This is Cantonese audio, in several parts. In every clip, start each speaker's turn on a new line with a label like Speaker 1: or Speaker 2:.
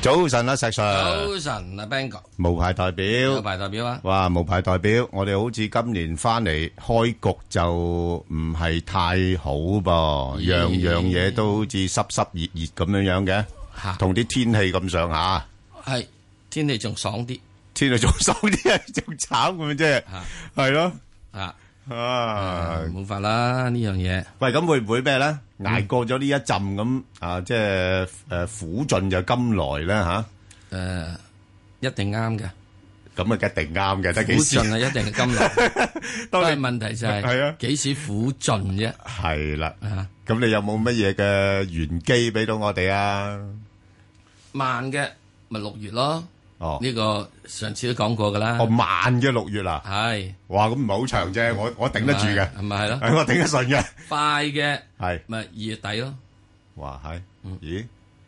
Speaker 1: 早晨啊，石Sir。
Speaker 2: 早晨啊，Bang 哥，
Speaker 1: 無牌代表。
Speaker 2: 有排代表啊，
Speaker 1: 哇，無牌代表，我哋好似今年返嚟開局就唔係太好噃，樣樣嘢都好似濕濕熱熱咁樣樣嘅，同啲天氣咁上下。天氣仲爽啲，
Speaker 2: 係天氣仲爽 啲
Speaker 1: 仲慘咁啫，
Speaker 2: 啊，
Speaker 1: 係咯，啊，
Speaker 2: 冇法啦呢樣嘢，
Speaker 1: 喂，咁會唔會咩呢？捱過咗呢一陣咁，啊，即係，誒，苦盡就甘來呢，吓？咁啊，一定啱嘅，得幾時？
Speaker 2: 誒一定啱嘅，苦盡啊一定係 金來，
Speaker 1: 當
Speaker 2: 不過
Speaker 1: 你
Speaker 2: 問題就
Speaker 1: 係啊
Speaker 2: 係幾時苦盡啫
Speaker 1: 係啦。
Speaker 2: 啊，
Speaker 1: 咁你有冇乜嘢嘅玄機俾到我哋啊？
Speaker 2: 慢嘅咪六月咯，
Speaker 1: 哦，
Speaker 2: 呢個上次都講過噶啦
Speaker 1: 哦，慢嘅六月啊，
Speaker 2: 係
Speaker 1: 哇，咁唔係好長啫，我我頂得住嘅，
Speaker 2: 係咪係咯？
Speaker 1: 係 我頂得順嘅，
Speaker 2: 快嘅
Speaker 1: 係，
Speaker 2: 咪二月底咯，
Speaker 1: 哇，係，咦，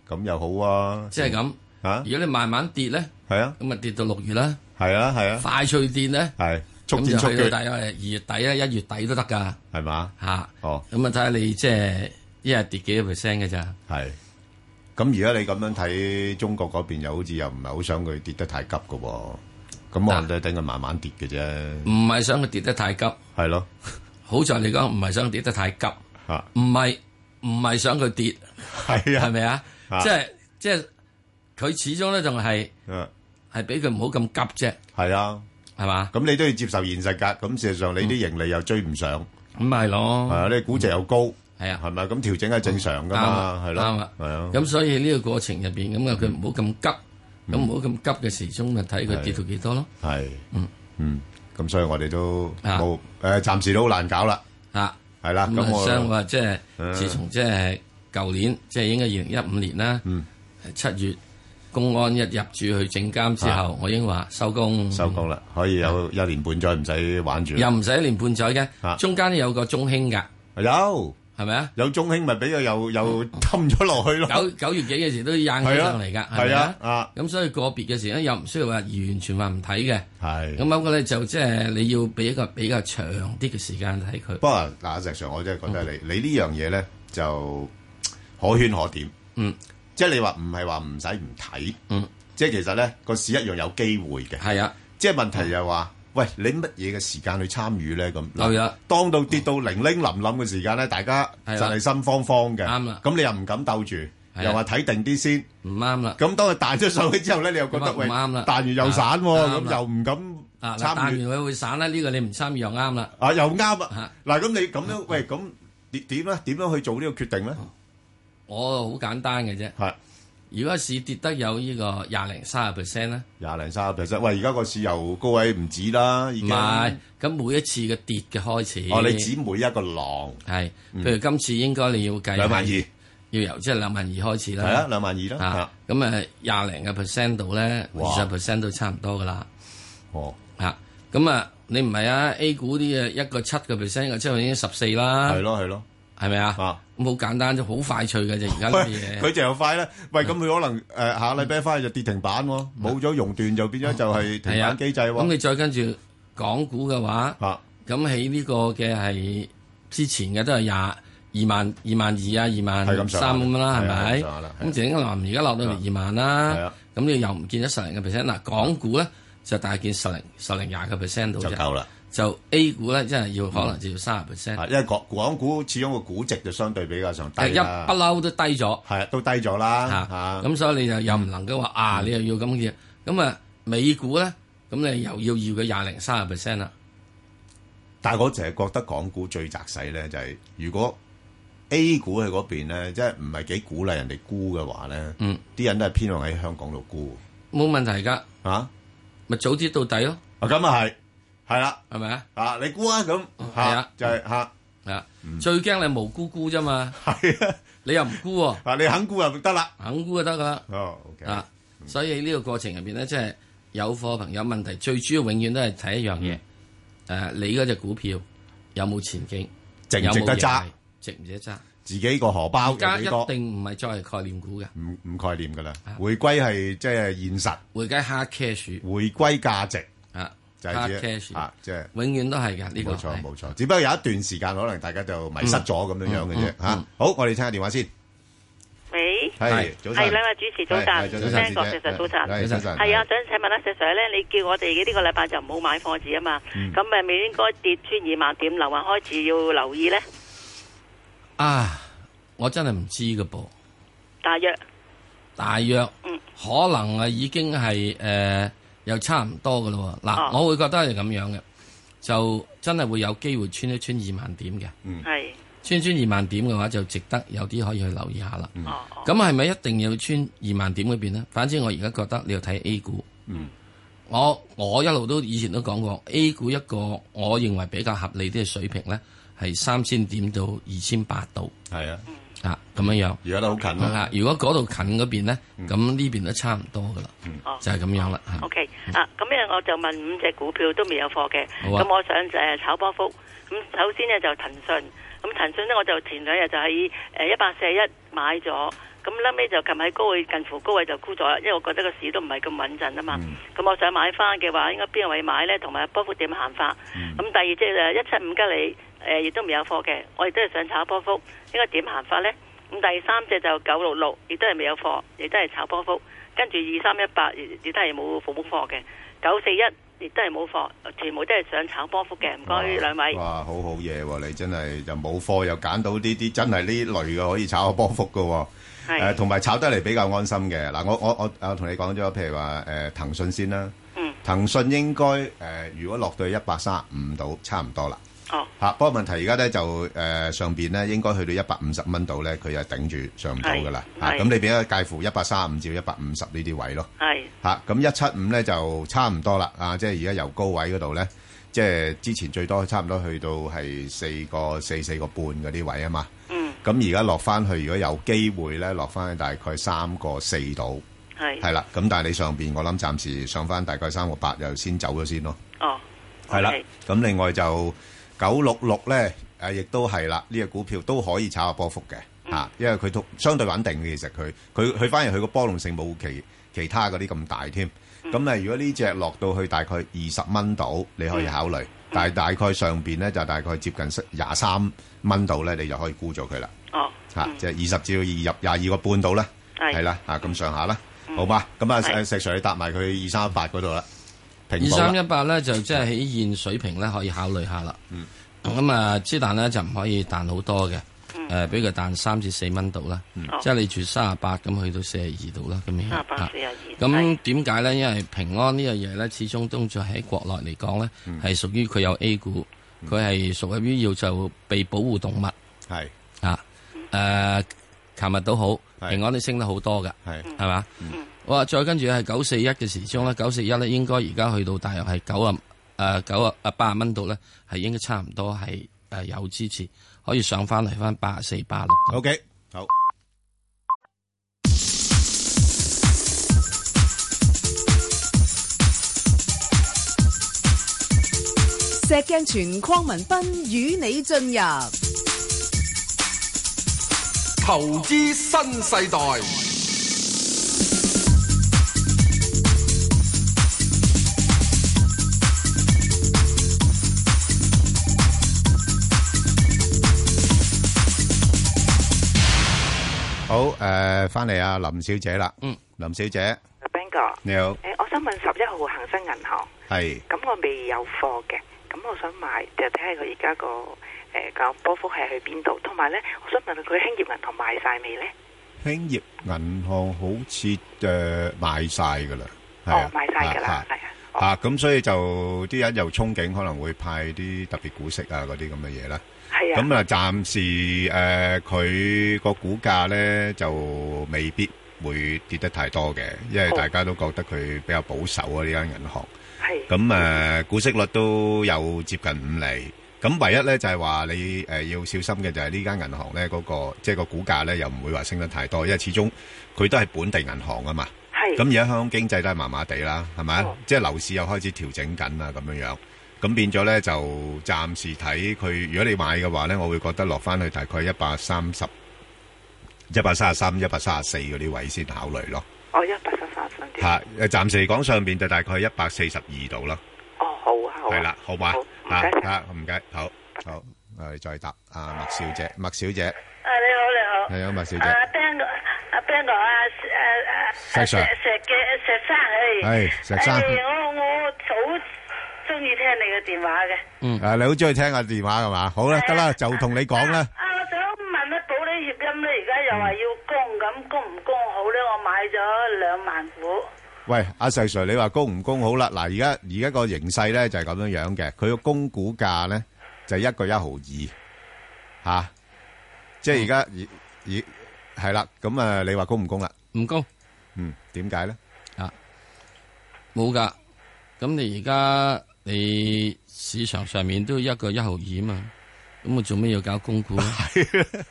Speaker 1: 咁又好啊，
Speaker 2: 即係咁。
Speaker 1: 啊，
Speaker 2: 如果你慢慢跌咧，
Speaker 1: 係啊，
Speaker 2: 咁咪跌到六月啦，
Speaker 1: 係啊，係啊，
Speaker 2: 快脆跌咧，
Speaker 1: 係，速
Speaker 2: 咁
Speaker 1: 戰速
Speaker 2: 就去到
Speaker 1: 決
Speaker 2: 大約二月底啦，一月底都得㗎。
Speaker 1: 係嘛？
Speaker 2: 吓，
Speaker 1: 哦，
Speaker 2: 咁啊睇下你即係一日跌幾多 percent 嘅咋？
Speaker 1: 係。咁而家你咁樣睇中國嗰邊，又好似又唔係好想佢跌得太急嘅喎，咁我哋等佢慢慢跌嘅啫，
Speaker 2: 唔係想佢跌得太急，
Speaker 1: 係咯，
Speaker 2: 好在你講唔係想佢跌得太急，
Speaker 1: 嚇，
Speaker 2: 唔係唔係想佢跌，
Speaker 1: 係
Speaker 2: 係
Speaker 1: 啊，
Speaker 2: 咪啊
Speaker 1: 啊？
Speaker 2: 即係即係佢始終咧仲係
Speaker 1: 嗯，
Speaker 2: 係俾佢唔好咁急啫，
Speaker 1: 係啊。
Speaker 2: 係嘛？嗯
Speaker 1: 咁你都要接受現實㗎。咁事實上你啲盈利又追唔上，
Speaker 2: 咁咪係
Speaker 1: 係
Speaker 2: 咯，
Speaker 1: 啊，你估值又高，
Speaker 2: 係啊，
Speaker 1: 係咪？咁調整係正常㗎
Speaker 2: 啱啊
Speaker 1: 嘛，，係咯，
Speaker 2: 啱啊，
Speaker 1: 係啊，
Speaker 2: 咁所以呢個過程入邊咁啊，佢唔好咁急，咁唔好咁急嘅時鐘咪睇佢跌到幾多咯，
Speaker 1: 係，
Speaker 2: 嗯
Speaker 1: 嗯，咁所以我哋都
Speaker 2: 啊
Speaker 1: 冇誒，暫時都好難搞啦，
Speaker 2: 啊。
Speaker 1: 係啦。
Speaker 2: 咁
Speaker 1: 咁
Speaker 2: 啊，相
Speaker 1: 我
Speaker 2: 話即係
Speaker 1: 嗯
Speaker 2: 自從即係舊年，即係應該二零一五年啦，
Speaker 1: 嗯
Speaker 2: 七月公安一入住去證監之後，我已經話收工，
Speaker 1: 啊
Speaker 2: 啊
Speaker 1: 收工啦，可以有一年半載唔使玩住啦。
Speaker 2: 又唔使一年半載
Speaker 1: 啊
Speaker 2: 嘅，中間有個中興㗎，
Speaker 1: 有
Speaker 2: 係咪啊？
Speaker 1: 有中興咪俾佢又又氹咗落去咯，
Speaker 2: 九九月幾嘅時都硬起
Speaker 1: 係啊
Speaker 2: 上嚟㗎，係咪
Speaker 1: 係啊
Speaker 2: 啊？
Speaker 1: 啊，
Speaker 2: 咁所以個別嘅時咧又唔需要話完全話唔睇嘅，
Speaker 1: 係。
Speaker 2: 咁不過咧就即係你要俾一個比較長啲嘅時間睇佢，
Speaker 1: 不過嗱，阿石 Sir，我真係覺得
Speaker 2: 嗯
Speaker 1: 你你呢樣嘢咧就可圈可點。
Speaker 2: 嗯，
Speaker 1: 即係你話唔係話唔使唔睇。
Speaker 2: 嗯，
Speaker 1: 即係其實咧個市一樣有機會嘅。
Speaker 2: 係啊，
Speaker 1: 即係問題又話，喂，你乜嘢嘅時間去參與咧？咁
Speaker 2: 係啊，
Speaker 1: 當到跌到零零冧冧嘅時間咧，大家就
Speaker 2: 係啊
Speaker 1: 係心慌慌嘅。
Speaker 2: 啱啦
Speaker 1: 咁你又唔敢鬥住，
Speaker 2: 啊
Speaker 1: 又話睇定啲先。
Speaker 2: 唔啱啦，
Speaker 1: 咁當佢彈咗上去之後咧，你又覺
Speaker 2: 咁
Speaker 1: 得
Speaker 2: 啊
Speaker 1: 喂，
Speaker 2: 唔啱啦
Speaker 1: 彈完又散喎，
Speaker 2: 啊
Speaker 1: 咁
Speaker 2: 啱啦
Speaker 1: 又唔敢
Speaker 2: 啊，嗱，彈
Speaker 1: 參
Speaker 2: 完
Speaker 1: 與。
Speaker 2: 佢會散啦，呢個你唔參與又啱啦。
Speaker 1: 啊，又啱啊
Speaker 2: 啊！
Speaker 1: 嗱，咁你咁樣，喂，咁點點咧？點樣去做呢個決定咧？
Speaker 2: 我好簡單嘅啫。
Speaker 1: 係
Speaker 2: 如果市跌得有呢個廿零三十 percent 咧，
Speaker 1: 廿零三十 percent，喂，而家個市由高位唔止啦，已
Speaker 2: 唔
Speaker 1: 經。
Speaker 2: 係咁每一次嘅跌嘅開始，
Speaker 1: 哦，你指每一個浪
Speaker 2: 係，譬如今次應該你要計
Speaker 1: 嗯兩萬二，係
Speaker 2: 要由即係兩萬二開始啦。
Speaker 1: 啊，兩萬二啦。
Speaker 2: 啊
Speaker 1: 啊，
Speaker 2: 咁誒廿零個 percent 度咧，
Speaker 1: 哇
Speaker 2: 二十 percent 都差唔多噶啦。
Speaker 1: 哦，
Speaker 2: 嚇，咁啊，你唔係啊？A 股啲嘢一個七個 percent 嘅，即係已經十四啦
Speaker 1: 係，咯，係咯。
Speaker 2: 係咪啊？
Speaker 1: 啊
Speaker 2: 咁好簡單啫，好快脆嘅啫，而家呢
Speaker 1: 喂
Speaker 2: 啲嘢 嗯
Speaker 1: 佢就又快咧，喂，咁佢可能誒下禮拜翻去就跌停板喎，冇咗熔斷就變咗就係停
Speaker 2: 係啊
Speaker 1: 板機制
Speaker 2: 咁
Speaker 1: 喎。
Speaker 2: 你再跟住港股嘅話。
Speaker 1: 啊，
Speaker 2: 咁喺呢個嘅係之前嘅都係廿二萬、二萬二啊、二
Speaker 1: 係
Speaker 2: 萬
Speaker 1: 咁上下
Speaker 2: 三咁樣啦，係
Speaker 1: 係
Speaker 2: 咪
Speaker 1: 啊咁上下啦？係啊
Speaker 2: 咁整個林而家落到嚟二萬
Speaker 1: 係
Speaker 2: 啦
Speaker 1: 啊，
Speaker 2: 咁你又唔見咗十零個 percent 嗱，港股咧就大見十零十零廿個 percent 到
Speaker 1: 就
Speaker 2: 啫，
Speaker 1: 夠啦。
Speaker 2: 就 A 股咧真係要可能就要三十 percent，
Speaker 1: 啊因為港港股始終個估值就相對比較上低
Speaker 2: 嗯但係一
Speaker 1: 啦
Speaker 2: 不，嬲都低咗
Speaker 1: 係啊都低咗啦。
Speaker 2: 嚇，
Speaker 1: 嚇嗯
Speaker 2: 咁所以你就又唔能夠話啊，你又要咁嘅，咁啊美股咧，咁你又要要佢廿零三十 percent 啦，
Speaker 1: 但係我淨係覺得港股最窄勢咧，就係、如果 A 股喺嗰邊咧，即係唔係幾鼓勵人哋沽嘅話咧，
Speaker 2: 嗯，
Speaker 1: 啲人都係偏向喺香港度沽
Speaker 2: 冇問題㗎，
Speaker 1: 啊，啊
Speaker 2: 咪早啲到底咯，
Speaker 1: 咁啊係，係啦，
Speaker 2: 係咪啊？
Speaker 1: 啊你沽啊咁
Speaker 2: 係啊
Speaker 1: 就係嚇嗯
Speaker 2: 啊，最驚你無辜沽啫嘛，
Speaker 1: 係啊，
Speaker 2: 你又唔沽喎，
Speaker 1: 啊你肯估就得啦。
Speaker 2: 肯沽就得噶啦。
Speaker 1: 哦，OK，
Speaker 2: 啊，所以呢個過程入邊咧，即係有貨朋友問題，最主要永遠都係睇一樣嘢，誒、你嗰只股票有冇前景，
Speaker 1: 嗯值唔值得揸
Speaker 2: 有冇盈利，值唔值得揸？
Speaker 1: 自己個荷包
Speaker 2: 而家
Speaker 1: 有幾多
Speaker 2: 一？定唔係作為概念股嘅，
Speaker 1: 唔唔概念噶啦，回歸係即係現實，
Speaker 2: 會計 hard cash
Speaker 1: 回歸價值
Speaker 2: 啊
Speaker 1: 就係
Speaker 2: ，hard
Speaker 1: 指
Speaker 2: cash
Speaker 1: 啊，即係
Speaker 2: 永遠都係㗎呢個
Speaker 1: 冇錯
Speaker 2: 係
Speaker 1: 冇錯。只不過有一段時間可能大家就迷失咗咁樣樣嘅
Speaker 2: 嗯
Speaker 1: 啫
Speaker 2: 嗯
Speaker 1: 嚇
Speaker 2: 嗯。
Speaker 1: 好，我哋聽下電話先。
Speaker 3: 喂，
Speaker 1: 係
Speaker 2: 係
Speaker 1: 早晨，
Speaker 3: 係兩位主持早
Speaker 1: 係
Speaker 3: 晨，
Speaker 1: 係
Speaker 3: 聽
Speaker 1: 晨
Speaker 3: 郭
Speaker 1: 姐
Speaker 3: 石實早晨。
Speaker 1: 係早晨，
Speaker 3: 係啊，想請問啦，石 Sir 咧，你叫我哋呢個禮拜就唔好買貨字啊嘛，
Speaker 1: 嗯
Speaker 3: 咁咪咪應該跌穿二萬點，樓下啊開始要留意咧，
Speaker 2: 啊，我真係唔知嘅噃，
Speaker 3: 大約
Speaker 2: 大約
Speaker 3: 嗯
Speaker 2: 可能啊已經係誒、呃又差唔多嘅咯喎。嗱，
Speaker 3: 哦
Speaker 2: 我會覺得係咁樣嘅，就真係會有機會穿一穿二萬點嘅。
Speaker 4: 嗯
Speaker 3: 係，
Speaker 2: 穿穿二萬點嘅話，就值得有啲可以去留意下啦。
Speaker 4: 嗯
Speaker 3: 哦哦，
Speaker 2: 咁係咪一定要穿二萬點嗰邊呢？反正我而家覺得你要睇 A 股。
Speaker 1: 嗯，
Speaker 2: 我我一路都以前都講過，A 股一個我認為比較合理啲嘅水平呢，係三千點到二千八度
Speaker 1: 係啊，
Speaker 2: 啊咁樣樣。
Speaker 1: 而家都好近啦。嗯
Speaker 2: 啊，如果嗰度近嗰邊呢，咁呢邊都差唔多噶啦，
Speaker 3: 哦
Speaker 2: 就係咁樣啦嚇。
Speaker 3: OK 啊，咁咧我就問五隻股票都未有貨嘅，
Speaker 2: 好啊
Speaker 3: 咁我想誒炒波幅。咁首先咧就騰訊，咁騰訊咧我就前兩日就喺呃誒一百四十一買咗，咁後尾就近喺高位近乎高位就沽咗啦，因為我覺得個市都唔係咁穩陣啊嘛。
Speaker 2: 嗯
Speaker 3: 咁、我想買翻嘅話，應該邊個位買咧？同埋波幅點行法？
Speaker 2: 嗯
Speaker 3: 咁、第二隻呃誒一七五吉利誒亦都未有貨嘅，我亦都係想炒波幅，應該點行法咧？咁第三隻就九六六，亦都係未有貨，亦都係炒波幅。跟住二三一八亦亦都係冇冇貨嘅，九四一亦都係冇貨，全部都係想炒波幅嘅。唔該兩位。
Speaker 1: 哇，好好嘢喎！你真係又冇貨，又揀到呢啲真係呢類嘅可以炒下波幅嘅喎。
Speaker 3: 係
Speaker 1: 誒，同埋炒得嚟比較安心嘅。嗱，我我我我同你講咗，譬如話誒騰訊先啦，
Speaker 3: 嗯
Speaker 1: 騰訊應該誒、如果落到一百三五度，差唔多啦。
Speaker 3: 哦，
Speaker 1: 嚇，不過問題而家咧就誒、上邊咧應該去到一百五十蚊度咧，佢又頂住上唔到噶啦。
Speaker 3: 係
Speaker 1: 嚇，
Speaker 3: 嗯係
Speaker 1: 咁你變咗介乎一百三五至一百五十呢啲位咯。
Speaker 3: 係
Speaker 1: 嚇，咁一七五咧就差唔多啦，啊，即係而家由高位嗰度咧，即係之前最多差唔多去到係四個四四個半嗰啲位啊嘛，
Speaker 3: 嗯
Speaker 1: 咁而家落翻去，如果有機會咧，落翻去大概三個四度，
Speaker 3: 係
Speaker 1: 係啦，咁但係你上邊我諗暫時上翻大概三個八又先走咗先咯，
Speaker 3: 哦，
Speaker 1: 係啦
Speaker 3: OK，
Speaker 1: 咁另外就九六六咧，誒亦都係啦，呢、個股票都可以炒下波幅嘅
Speaker 3: 嗯
Speaker 1: 嚇、啊因為佢都相對穩定嘅，其實佢佢佢反而佢個波動性冇其其他嗰啲咁大添。
Speaker 3: 嗯
Speaker 1: 咁啊咧，如果呢只落到去大概二十蚊度，你
Speaker 3: 嗯
Speaker 1: 可以考慮，但係大概上邊咧就大概接近廿三蚊度咧，你就可以沽咗佢啦
Speaker 3: 哦，
Speaker 1: 嚇，即係二十至到二入廿二個半度啦，
Speaker 3: 係嗯
Speaker 1: 係啦嚇咁上下啦，好嘛？咁啊，
Speaker 3: 係
Speaker 1: 石石 Sir 你搭埋佢二三八嗰度啦，
Speaker 2: 二
Speaker 1: 平保啊
Speaker 2: 三
Speaker 1: 啦
Speaker 2: 一八咧就即係喺現水平咧可以考慮下啦。
Speaker 1: 嗯
Speaker 2: 咁啊，之但咧就唔可以彈好多嘅，
Speaker 3: 嗯
Speaker 2: 誒，俾佢彈三至四蚊度啦。
Speaker 1: 嗯
Speaker 2: 即係你住三十八咁去到四十二度啦，咁樣。
Speaker 3: 哦三八
Speaker 2: 啊
Speaker 3: 四廿二。
Speaker 2: 咁點解咧？因為平安呢樣嘢咧，始終都在喺國內嚟講咧，
Speaker 1: 嗯
Speaker 2: 係屬於佢有 A 股，佢係屬於要就被保護動物
Speaker 1: 係
Speaker 2: 啊。誒，琴日都好，
Speaker 1: 係
Speaker 2: 平安都升得好多噶，
Speaker 1: 係嗯
Speaker 2: 係嘛？哇！再跟住係九四一嘅時鐘咧，九四一咧應該而家去到大約係九啊誒九啊啊八啊蚊度咧，係應該差唔多係誒有支持，可以上翻嚟翻八啊四八啊六。
Speaker 1: OK 好。
Speaker 5: 石鏡泉邝文斌與你進入
Speaker 6: 投資新世代，
Speaker 1: 好，诶，翻嚟啊，林小姐啦。
Speaker 2: 嗯，
Speaker 1: 林小姐，
Speaker 7: Ben 哥，誒、
Speaker 1: 你好，
Speaker 7: 我想問十一號恒生銀行，
Speaker 1: 係
Speaker 7: 咁我未有貨嘅，咁我想買，就睇下佢而家個誒個波幅係去邊度，同埋咧，我想問佢興業銀行賣晒未咧？
Speaker 1: 興業銀行好似诶卖晒噶啦，係
Speaker 7: 哦
Speaker 1: 啊，
Speaker 7: 賣晒㗎啦
Speaker 1: 啊，
Speaker 7: 係啊，哦
Speaker 1: 啊，咁所以就啲人又憧憬可能會派啲特別股息啊嗰啲咁嘅嘢啦。
Speaker 7: 係啊，
Speaker 1: 咁啊，暫時誒佢個股價咧就未必會跌得太多嘅，因為
Speaker 7: 好
Speaker 1: 大家都覺得佢比較保守啊呢間銀行。
Speaker 7: 係，
Speaker 1: 咁誒、股息率都有接近五厘，咁唯一咧就係話你誒要小心嘅就係呢間銀行咧嗰個即係個股價咧又唔會話升得太多，因為始終佢都係本地銀行啊嘛。
Speaker 7: 係
Speaker 1: 咁而家香港經濟都係麻麻地啦，係咪
Speaker 7: 哦？
Speaker 1: 即係樓市又開始調整緊啦，咁樣樣。咁變咗咧就暫時睇佢，如果你買嘅話咧，我會覺得落翻去大概一百三十、一百三十三、一百三十四嗰啲位先考慮咯。
Speaker 7: 我哦一百三三上啲。
Speaker 1: 嚇、誒暫時嚟講上邊就大概一百四十二度啦。
Speaker 7: 哦，好啊，好啊。
Speaker 1: 係啦，好嘛
Speaker 7: 好，唔
Speaker 1: 啊
Speaker 7: 該晒
Speaker 1: 啊，唔該，好好，我哋再答啊，麥小姐，麥小姐，
Speaker 8: 啊，你好，你好。
Speaker 1: 係啊麥小姐
Speaker 8: 啊，Ben 哥，阿 Ben 哥，啊，誒誒，
Speaker 1: 石 Sir
Speaker 8: 石嘅石生，
Speaker 1: 係
Speaker 8: 誒，
Speaker 1: 石生
Speaker 8: 誒我我早中意聽你嘅電話嘅。
Speaker 1: 啊，你好中意聽我電話係嘛？好啦，得啦，就同你講啦，
Speaker 8: 啊，我想問咧，保利協鑫咧，而家又話要供，咁供唔供好咧？我買咗兩萬股。
Speaker 1: 喂，阿石 Sir，你話供唔供好啦？嗱，而家而家個形勢咧就係咁樣樣嘅，佢個供股價咧就一個一毫二吓，即係而家而而係啦，咁啊，你話供唔供啦？
Speaker 2: 唔高
Speaker 1: 嗯，點解咧？
Speaker 2: 冇噶。咁你而家你市場上面都一個一毫二啊嘛，咁我做咩要搞供股咧？啊
Speaker 1: 啊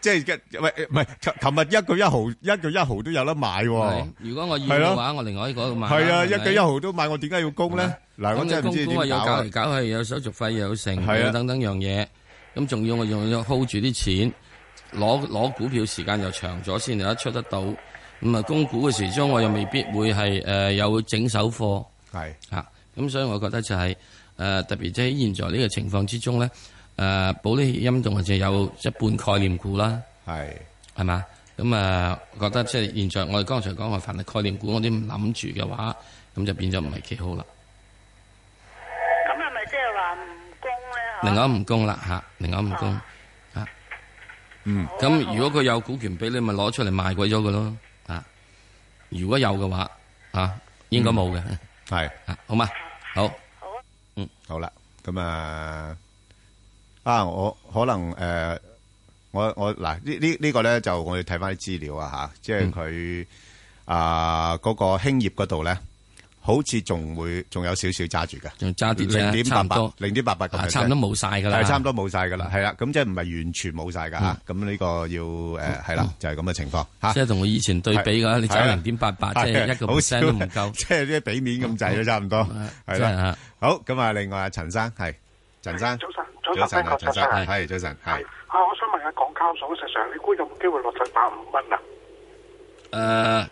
Speaker 1: 即係嘅，喂，唔係，琴琴日一個一毫，一個一毫都有得買
Speaker 2: 係
Speaker 1: 喎
Speaker 2: 咪。如果我要
Speaker 1: 係
Speaker 2: 嘅
Speaker 1: 咯
Speaker 2: 話，我另外一個買啦。
Speaker 1: 係啊，
Speaker 2: 係咪
Speaker 1: 一個一毫都買，我點解要供咧？嗱，我
Speaker 2: 咁
Speaker 1: 真係唔
Speaker 2: 你
Speaker 1: 知
Speaker 2: 供股啊
Speaker 1: 點
Speaker 2: 有
Speaker 1: 搞
Speaker 2: 搞
Speaker 1: 啊
Speaker 2: 嚟。搞去，有手續費又有成，
Speaker 1: 係啊
Speaker 2: 有等等樣嘢。咁仲要我仲要 hold 住啲錢，攞攞股票時間又長咗先有得出得到。咁啊，供股嘅時鐘我又未必會係誒、呃有整手貨
Speaker 1: 係
Speaker 2: 啊。咁所以我覺得就係、呃特別即係現在呢個情況之中咧，誒、保利協鑫仲係有一半概念股啦。
Speaker 1: 係
Speaker 2: 係嘛？咁啊，覺得即係現在我哋剛才講嘅凡係概念股，我啲唔諗住嘅話，咁就變咗唔係幾好啦。
Speaker 8: 咁係咪即係話唔供咧？
Speaker 2: 另外唔供啦嚇，另外唔供嚇。嗯，咁如果佢有股權俾你，咪攞出嚟賣鬼咗佢咯啊！如果有嘅話啊，應該冇嘅
Speaker 1: 嗯 係
Speaker 2: 啊，好嗯嘛？好，啊
Speaker 1: 好啦，咁啊啊，我可能誒，我我嗱呢呢呢個咧就我哋睇翻啲資料啊吓，即
Speaker 2: 嗯
Speaker 1: 係佢啊嗰個興業嗰度咧，好似仲會仲有少少揸住嘅，
Speaker 2: 仲揸啲
Speaker 1: 零
Speaker 2: 啫，
Speaker 1: 點
Speaker 2: 差
Speaker 1: 八
Speaker 2: 唔
Speaker 1: 八
Speaker 2: 多，，
Speaker 1: 零點八八
Speaker 2: 啊
Speaker 1: 咁，
Speaker 2: 差唔多冇晒㗎啦，嗯
Speaker 1: 係差唔多冇晒噶啦，係啦，咁即係唔係完全冇晒噶吓，咁呢個要呃誒係啦，就係咁嘅情況吓
Speaker 2: 即。係同我以前對比嘅話，你
Speaker 1: 係
Speaker 2: 揸
Speaker 1: 啊
Speaker 2: 零點八八，即係一個 percent 都唔 夠，
Speaker 1: 好少，即係啲俾面咁滯都差唔多，係啦。
Speaker 2: 真係啊！
Speaker 1: 好，咁啊，另外啊，陳生，係，陳生。
Speaker 9: 早晨，早
Speaker 1: 早
Speaker 9: 晨，
Speaker 1: 晨啊，
Speaker 9: 邊個
Speaker 1: 陳生，
Speaker 9: 早
Speaker 2: 係。
Speaker 9: 晨？
Speaker 1: 係，早晨，係。
Speaker 9: 啊，我想問下港交所實上，你估有冇機會落實百五蚊啊？
Speaker 2: 誒呃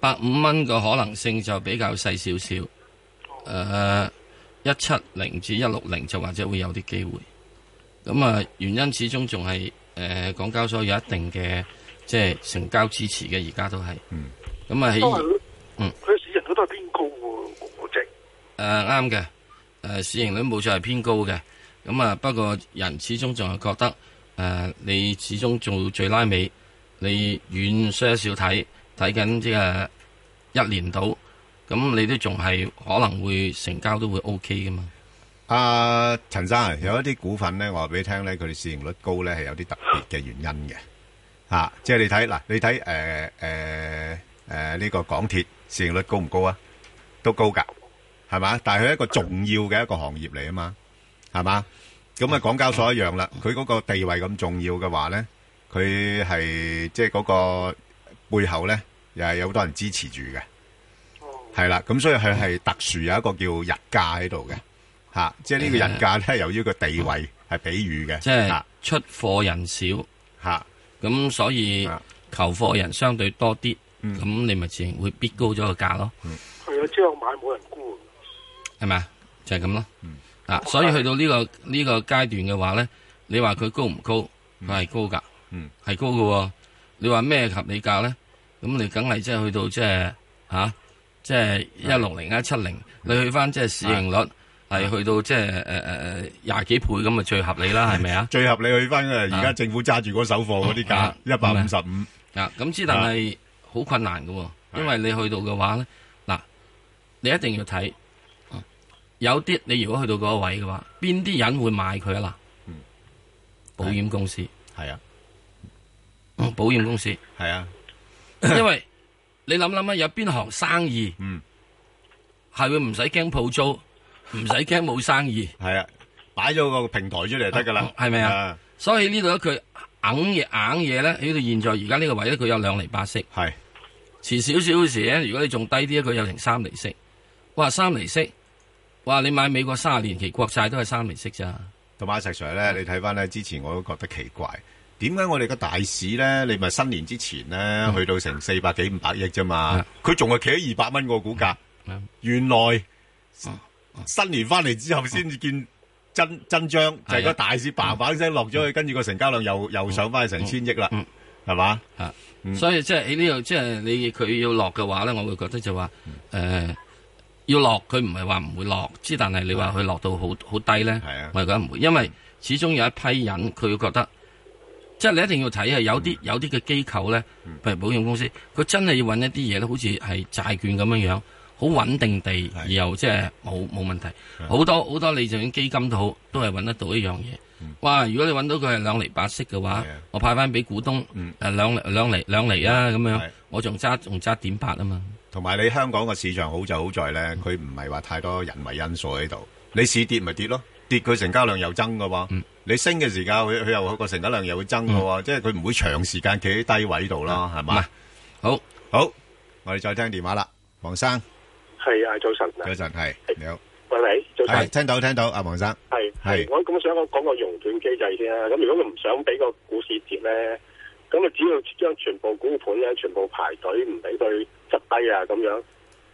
Speaker 2: 百五蚊嘅可能性就比較細少少。誒一七零至一六零就或者會有啲機會。咁啊，原因始終仲係誒港交所有一定嘅即係成交支持嘅，而家都係。
Speaker 1: 嗯。
Speaker 2: 咁啊，
Speaker 9: 因
Speaker 2: 喺
Speaker 9: 為
Speaker 2: 嗯
Speaker 9: 佢市盈率都係偏高喎，估值。
Speaker 2: 誒呃啱嘅，誒、呃市盈率冇錯係偏高嘅，咁啊不過人始終仲係覺得誒、呃你始終做最拉尾，你遠些少睇睇緊即係一年到，咁你都仲係可能會成交都會 O K 噶嘛，
Speaker 1: 啊啊啊啊，陳生，有一啲股份呢，我話俾你聽呢，佢哋市盈率高呢，係有啲特別嘅原因嘅。啊，即係你睇，嗱，你睇，誒，誒，呢個港鐵市盈率高唔高啊？都高㗎，係嘛？但係佢一個重要嘅一個行業嚟啊嘛，係嘛？咁啊，港交所一樣啦，佢嗰個地位咁重要嘅話呢，佢係即係嗰個背後呢，又係有好多人支持住嘅。
Speaker 2: 嗯
Speaker 1: 係啦，咁所以佢係特殊有一個叫日價喺度嘅，嚇，即係呢個日價呢，由於個地位係比喻嘅，
Speaker 2: 即係出貨人少，
Speaker 1: 嚇，嚇，係啦，
Speaker 2: 咁所以
Speaker 1: 啊
Speaker 2: 求貨人相對多啲，咁、
Speaker 1: 嗯
Speaker 2: 你咪自然會逼高咗個價咯。
Speaker 9: 佢有之後買冇人估。
Speaker 2: 系咪啊？就係咁咯。
Speaker 1: 嗯
Speaker 2: 啊，所以去到呢、個呢、個階段嘅話咧，你話佢高唔高？佢係高㗎，
Speaker 1: 嗯
Speaker 2: 係高嘅喎。你話咩合理價咧？咁你梗係即係去到即係吓，即係一六
Speaker 1: 嗯
Speaker 2: 零啊一七零，你去翻即係市盈率係去到即係诶诶诶廿幾倍咁啊，最合理啦，係咪啊？
Speaker 1: 嗯最合理去翻嘅，而家政府揸住嗰手貨嗰啲價
Speaker 2: 啊
Speaker 1: 一百五十五，
Speaker 2: 啊，咁之但係好困難嘅喎，因為你去到嘅話咧，嗱，你一定要睇，有啲你如果去到嗰個位嘅話，邊啲人會買佢啊？嗱，保險公司，
Speaker 1: 係啊，
Speaker 2: 嗯保險公司，
Speaker 1: 係啊，
Speaker 2: 因為你諗諗啊，有邊行生意
Speaker 1: 嗯，
Speaker 2: 係會唔使驚鋪租，唔使驚冇生意，
Speaker 1: 係啊，擺咗個平台出嚟得㗎啦，
Speaker 2: 係咪啊？所以呢度咧，佢硬嘢硬嘢咧，喺到現在而家呢個位咧，佢有兩厘八息。
Speaker 1: 係
Speaker 2: 遲少少嘅時咧，如果你仲低啲咧，佢有成三厘息。哇，三厘息！哇，你買美國三十年期國債都係三厘息咋？
Speaker 1: 同埋阿石 Sir 咧，你睇翻咧之前我都覺得奇怪，點解我哋個大市咧，你咪新年之前咧、
Speaker 2: 啊
Speaker 1: 去到成四百幾五百億啫嘛，佢仲係企喺二百蚊個股價，
Speaker 2: 嗯
Speaker 1: 原來
Speaker 2: 啊
Speaker 1: 新年翻嚟之後先至見真真章，就
Speaker 2: 啊
Speaker 1: 係、個大市嘭嘭聲落咗去，跟住個成交量又又上翻去成千億啦，
Speaker 2: 嗯
Speaker 1: 係嘛、
Speaker 2: 啊，
Speaker 1: 嗯
Speaker 2: 所以即係喺呢度，即係你佢要落嘅話咧，我會覺得就話誒、呃要落，佢唔係話唔會落，之但係你話佢落到好好低咧
Speaker 1: 係啊，
Speaker 2: 我係覺得唔會，因為始終有一批人佢會覺得，即係你一定要睇係啊有
Speaker 1: 嗯
Speaker 2: 啲有啲嘅機構咧，譬如保險公司，佢真係要揾一啲嘢咧，好似係債券咁樣樣，好穩定地，而又即係冇冇問題。好多好多你就算基金都好，都係揾得到一樣嘢。哇！如果你揾到佢係兩厘八息嘅話
Speaker 1: 嗯係啊，
Speaker 2: 我派翻俾股東
Speaker 1: 嗯，
Speaker 2: 誒兩釐兩釐兩釐啊咁樣
Speaker 1: 係，
Speaker 2: 我仲揸仲揸點八啊嘛，
Speaker 1: 同埋你香港個市場好就好在
Speaker 2: 嗯
Speaker 1: 咧，佢唔係話太多人為因素喺度。你市跌咪跌咯，跌佢成交量又增噶喎。
Speaker 2: 嗯
Speaker 1: 你升嘅時間，佢佢又個成交量又會增噶喎。即係佢唔會長時間企喺低位度啦，係嘛？
Speaker 2: 嗯好。
Speaker 1: 好，我哋再聽電話啦，黃生，
Speaker 9: 係啊，早晨啊
Speaker 1: 早，晨係你好，
Speaker 9: 喂喂，早晨
Speaker 1: 係。聽到聽到，阿黃生
Speaker 9: 係
Speaker 1: 係
Speaker 9: 係，我咁想講講個熔斷機制先啦。咁啊如果佢唔想俾個股市跌咧，咁啊只要將全部股盤咧全部排隊，唔俾佢執低啊咁樣，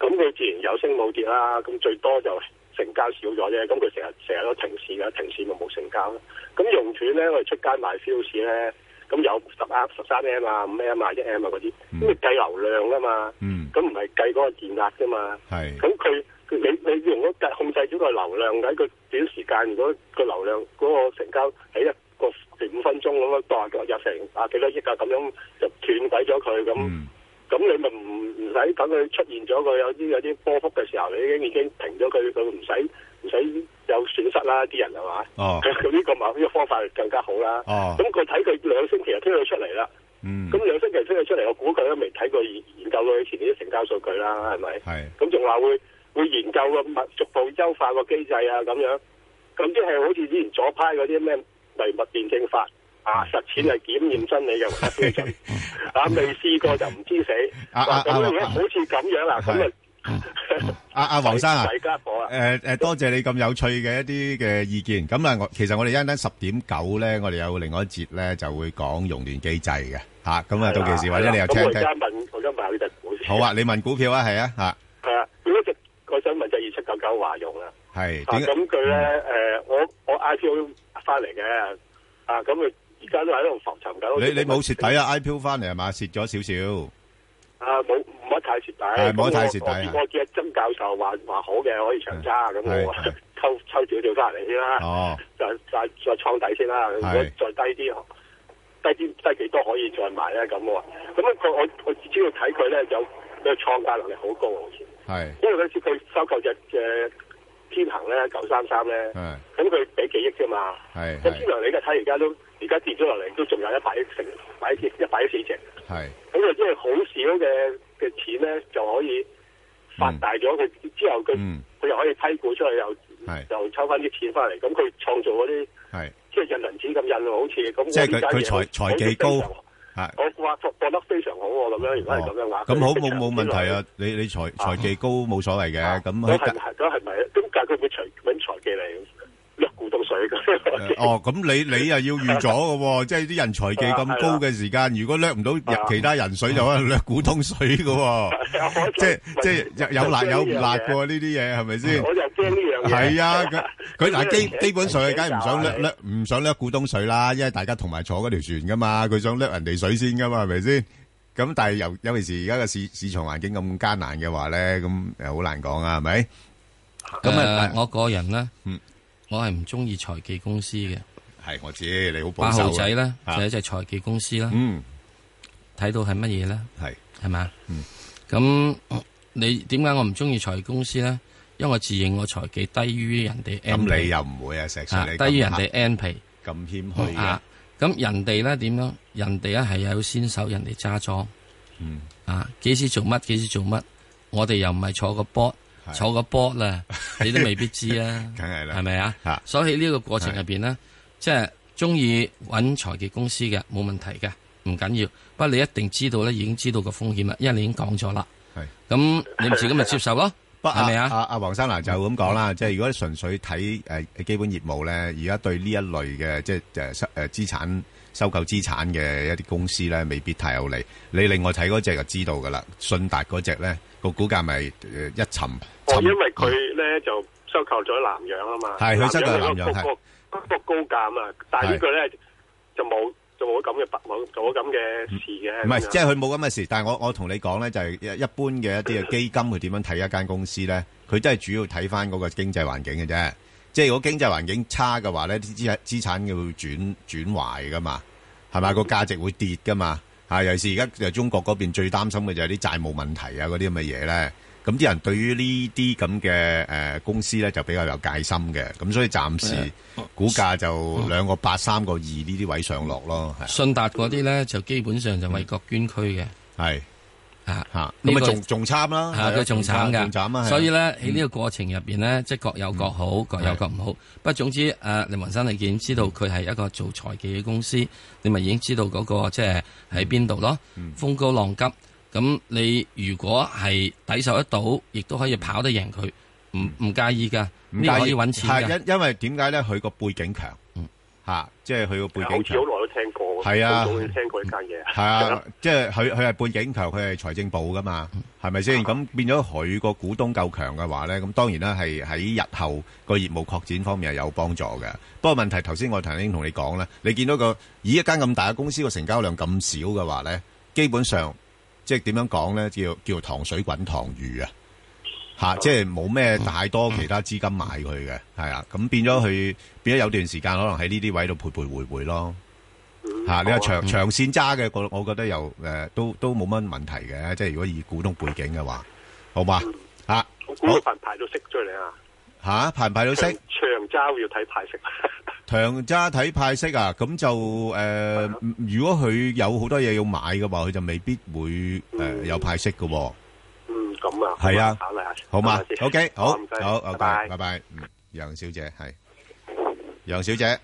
Speaker 9: 咁佢自然有升冇跌啦。咁最多就成交少咗啫。咁佢成日成日都停市㗎，停市咪冇成交咯。咁熔斷咧，我哋出街買 fuse 咧，咁有十啊十三 M 啊、五 M 啊、一 M 啊嗰啲，咁你計流量啊嘛，
Speaker 1: 嗯
Speaker 9: 咁唔係計嗰個電壓㗎嘛。
Speaker 1: 係
Speaker 9: 咁佢佢你你用嗰格控制咗個流量喺個短時間，如果個流量嗰、個成交喺一個五分鐘咁樣當入成啊幾多億啊咁樣就斷鬼咗佢咁，咁、
Speaker 1: 嗯
Speaker 9: 你咪唔唔使等佢出現咗佢有啲有啲波幅嘅時候，你已經已經停咗佢，佢唔使唔使有損失啦啲人係嘛？
Speaker 1: 哦
Speaker 9: 咁 呢個某呢個方法更加好啦。
Speaker 1: 哦
Speaker 9: 咁佢睇佢兩星期就推佢出嚟啦。
Speaker 1: 嗯
Speaker 9: 咁兩星期推佢出嚟，我估佢都未睇過研研究過以前啲成交數據啦，係咪？
Speaker 1: 係
Speaker 9: 咁仲話會會研究個物逐步優化個機制啊，咁樣咁即係好似之前左派嗰啲咩唯物辯證法啊，
Speaker 1: 嗯
Speaker 9: 實踐係檢驗真理嘅唯一標準 啊，未試過就唔知死
Speaker 1: 啊啊
Speaker 9: 哇咁
Speaker 1: 啊
Speaker 9: 樣
Speaker 1: 啊
Speaker 9: 好似咁樣啦，咁
Speaker 1: 係
Speaker 9: 啊
Speaker 1: 阿阿黃生啊。
Speaker 9: 大家伙啊，
Speaker 1: 誒誒，多謝你咁有趣嘅一啲嘅意見。咁啊，我其實我哋一陣間十點九咧，我哋有另外一節咧就會講熔斷機制嘅嚇。咁啊，到期時或者你又
Speaker 9: 咁我
Speaker 1: 聽聽。
Speaker 9: 而家問我而家問下呢只股先
Speaker 1: 好啊，你問股票啊，係啊嚇，
Speaker 9: 係啊，佢嗰只我想問就二七九九華融啊。
Speaker 1: 係
Speaker 9: 啊，
Speaker 1: 點解？
Speaker 9: 咁佢咧誒，我我 IPO 翻嚟嘅，啊，咁佢而家都喺度浮沉緊。
Speaker 1: 你你冇蝕底啊？IPO 翻嚟係嘛？蝕咗少
Speaker 9: 啊，冇冇乜太蝕
Speaker 1: 係
Speaker 9: 底，
Speaker 1: 冇乜太蝕底
Speaker 9: 咁
Speaker 1: 係
Speaker 9: 我我我見阿曾教授話話好嘅，可以長揸，咁
Speaker 1: 係
Speaker 9: 我啊
Speaker 1: 係
Speaker 9: 抽抽少少翻嚟先啦
Speaker 1: 少。，哦，
Speaker 9: 再再再倉底先啦。如果
Speaker 1: 係
Speaker 9: 再低啲，低啲低幾多可以再買咧？咁我話咁佢我我只要睇佢咧，有佢創價能力好高，好似
Speaker 1: 係
Speaker 9: 因為嗰次佢收購只嘅天行咧九三三咧，
Speaker 1: 係
Speaker 9: 咁佢俾幾億啫嘛。
Speaker 1: 係
Speaker 9: 咁天
Speaker 1: 係
Speaker 9: 行你而家睇而家都而家跌咗落嚟，都仲有一百億成百億一百億市值。
Speaker 1: 係
Speaker 9: 咁就即係好少嘅嘅錢咧，就可以發大咗佢之後，佢
Speaker 1: 嗯
Speaker 9: 佢又可以批股出去，又
Speaker 1: 係
Speaker 9: 又抽翻啲錢翻嚟。咁佢創造嗰啲
Speaker 1: 係
Speaker 9: 即係印銀紙咁印喎，好似咁。
Speaker 1: 即係佢
Speaker 9: 我呢
Speaker 1: 佢
Speaker 9: 間嘢
Speaker 1: 財財
Speaker 9: 我覺得
Speaker 1: 技高
Speaker 9: 非常好
Speaker 1: 係。
Speaker 9: 我話覺得非常好喎，咁樣如果係咁樣話，
Speaker 1: 哦咁好
Speaker 9: 佢非
Speaker 1: 冇
Speaker 9: 常
Speaker 1: 冇問題啊？你你財財技高冇所謂嘅，咁啊
Speaker 9: 咁係
Speaker 1: 喺
Speaker 9: 咪咁係咪？咁但係佢會財揾財技嚟掠股東
Speaker 1: 誒
Speaker 9: 水嘅。
Speaker 1: 哦，咁你你又要預咗嘅喎，即係啲人財技咁高嘅時間，如果掠唔到
Speaker 9: 係啊
Speaker 1: 其他人 水，就可能掠股東水嘅喎，即係即係有有辣有唔辣嘅喎，呢啲嘢係咪先？
Speaker 9: 我就驚呢樣嘢。
Speaker 1: 係啊，佢佢 嗱基基本上佢梗係唔想掠
Speaker 9: 係哦
Speaker 1: 掠唔想掠股東水啦，因為大家同埋坐嗰條船噶嘛，佢想掠人哋水先噶嘛，係咪先？咁但係尤尤其是而家嘅市市場環境咁艱難嘅話咧，咁又好難講啊，係咪？
Speaker 2: 咁
Speaker 1: 咁
Speaker 2: 啊
Speaker 1: 啊，
Speaker 2: 我個人咧
Speaker 1: 嗯，
Speaker 2: 我係唔中意財技公司嘅。
Speaker 1: 係我知你好保
Speaker 2: 八
Speaker 1: 守
Speaker 2: 號
Speaker 1: 啊
Speaker 2: 仔咧就
Speaker 1: 啊
Speaker 2: 係一隻財技公司啦，
Speaker 1: 嗯，
Speaker 2: 睇到係乜嘢咧？
Speaker 1: 係嗯
Speaker 2: 係咪啊？咁你點解我唔中意財技公司咧？因為我自認我財技低於人哋 N
Speaker 1: 咁你
Speaker 2: 皮
Speaker 1: 又唔會啊，石 Sir
Speaker 2: 啊，
Speaker 1: 你
Speaker 2: 低於人
Speaker 1: 咁
Speaker 2: 哋 N 皮
Speaker 1: 咁謙虛嘅
Speaker 2: 啊，。咁人哋咧點樣？人哋咧係有先手，人哋揸莊
Speaker 1: 嗯
Speaker 2: 啊，幾時做乜幾時做乜，我哋又唔係坐個 board。坐個 board 啦，你都未必知啊。
Speaker 1: 梗係啦
Speaker 2: 係咪啊
Speaker 1: 嚇？
Speaker 2: 所以呢個過程入邊咧，即係中意揾財傑公司嘅冇問題嘅，唔緊要。不過你一定知道咧，已經知道個風險啦，因為你已經講咗啦。
Speaker 1: 係
Speaker 2: 咁你自己咪接受咯，
Speaker 1: 不
Speaker 2: 係咪
Speaker 1: 啊？
Speaker 2: 啊？
Speaker 1: 阿阿黃生嗱就咁講啦，即係如果純粹睇誒基本業務咧，而家對呢一類嘅即係誒收誒資產收購資產嘅一啲公司咧，未必太有利。你另外睇嗰只就知道噶啦，信達嗰只咧個股價咪誒一沉
Speaker 9: 哦，
Speaker 1: 沉
Speaker 9: 因為佢咧就收購咗南洋啊嘛，
Speaker 1: 係佢收購南洋
Speaker 9: 南洋嗰個嗰個高價嘛，但係呢個咧就冇就冇咁嘅白冇冇咁嘅事嘅，
Speaker 1: 唔係，
Speaker 9: 咁樣
Speaker 1: 即係佢冇咁嘅事。但係我我同你講咧，就係一一般嘅一啲嘅基金，佢點樣睇一間公司咧？佢都係主要睇翻嗰個經濟環境嘅啫。即係如果經濟環境差嘅話咧，啲資資產嘅會轉轉壞噶嘛，係
Speaker 9: 嗯
Speaker 1: 咪？個價值會跌噶嘛。啊，尤其是而家就中國嗰邊最擔心嘅就係啲債務問題啊，嗰啲咁嘅嘢咧。咁啲人對於呢啲咁嘅誒公司咧就比較有戒心嘅。咁所以暫時
Speaker 9: 嗯
Speaker 1: 股價就兩個八、三個二呢啲位上落咯。係
Speaker 2: 信達嗰啲咧就基本上就為國捐軀嘅
Speaker 1: 係。
Speaker 2: 啊。
Speaker 1: 吓，
Speaker 2: 呢
Speaker 1: 咁
Speaker 2: 個
Speaker 1: 啊仲仲慘啦，
Speaker 2: 啊！佢仲慘
Speaker 1: 仲慘啊，嗯
Speaker 2: 噶，
Speaker 1: 係
Speaker 2: 所以咧喺呢個過程入邊咧，即係各有各好，各有各唔好。不過總之，誒林雲生你已經知道佢係一個做財技嘅公司，你咪已經知道嗰個即係喺邊度咯。
Speaker 1: 嗯
Speaker 2: 風高浪急，咁你如果係抵受得到，亦都可以跑得贏佢，唔唔介意噶，
Speaker 1: 嗯唔
Speaker 2: 呢
Speaker 1: 介
Speaker 2: 個
Speaker 1: 意
Speaker 2: 可以揾錢
Speaker 1: 嗯係
Speaker 2: 㗎。嗯
Speaker 1: 因因為點解咧？佢個背景強，吓，即係佢個背
Speaker 9: 好
Speaker 1: 景
Speaker 9: 似
Speaker 1: 強，
Speaker 9: 好耐都聽過，
Speaker 1: 係啊
Speaker 9: 好早已經聽過呢間嘢，
Speaker 1: 係啊，即係佢佢係背景強，佢係財政部噶嘛，係咪
Speaker 9: 啊
Speaker 1: 先？咁變咗佢個股東夠強嘅話咧，咁當然啦，係喺日後個業務擴展方面係有幫助嘅。不過問題頭先我頭先同你講咧，你見到個以一間咁大嘅公司個成交量咁少嘅話咧，基本上即係點樣講咧？叫叫糖水滾糖魚啊！吓，即係冇咩太多其他資金買佢嘅，
Speaker 9: 嗯
Speaker 1: 係啊，咁變咗佢變咗有段時間可能喺呢啲位度徘徊徘徊咯。吓、你話長長線揸嘅，我我覺得又誒、呃都都冇乜問題嘅，即係如果以股東背景嘅話，好嘛？吓、
Speaker 9: 我估佢份牌都識追你啊，
Speaker 1: 吓、派唔派到
Speaker 9: 長
Speaker 1: 息？
Speaker 9: 長揸要睇派息，
Speaker 1: 長揸睇派息啊，咁就誒、呃如果佢有好多嘢要買嘅話，佢就未必會誒、呃有派息嘅、喎。
Speaker 9: 嗯咁啊，
Speaker 1: 係啊
Speaker 9: 考慮下先，
Speaker 1: 好嘛
Speaker 9: 考慮下先
Speaker 1: ？OK，好，
Speaker 9: 唔該
Speaker 1: 好
Speaker 9: 拜
Speaker 1: ，OK，
Speaker 9: 拜
Speaker 1: 拜。拜。嗯，楊小姐係，楊小姐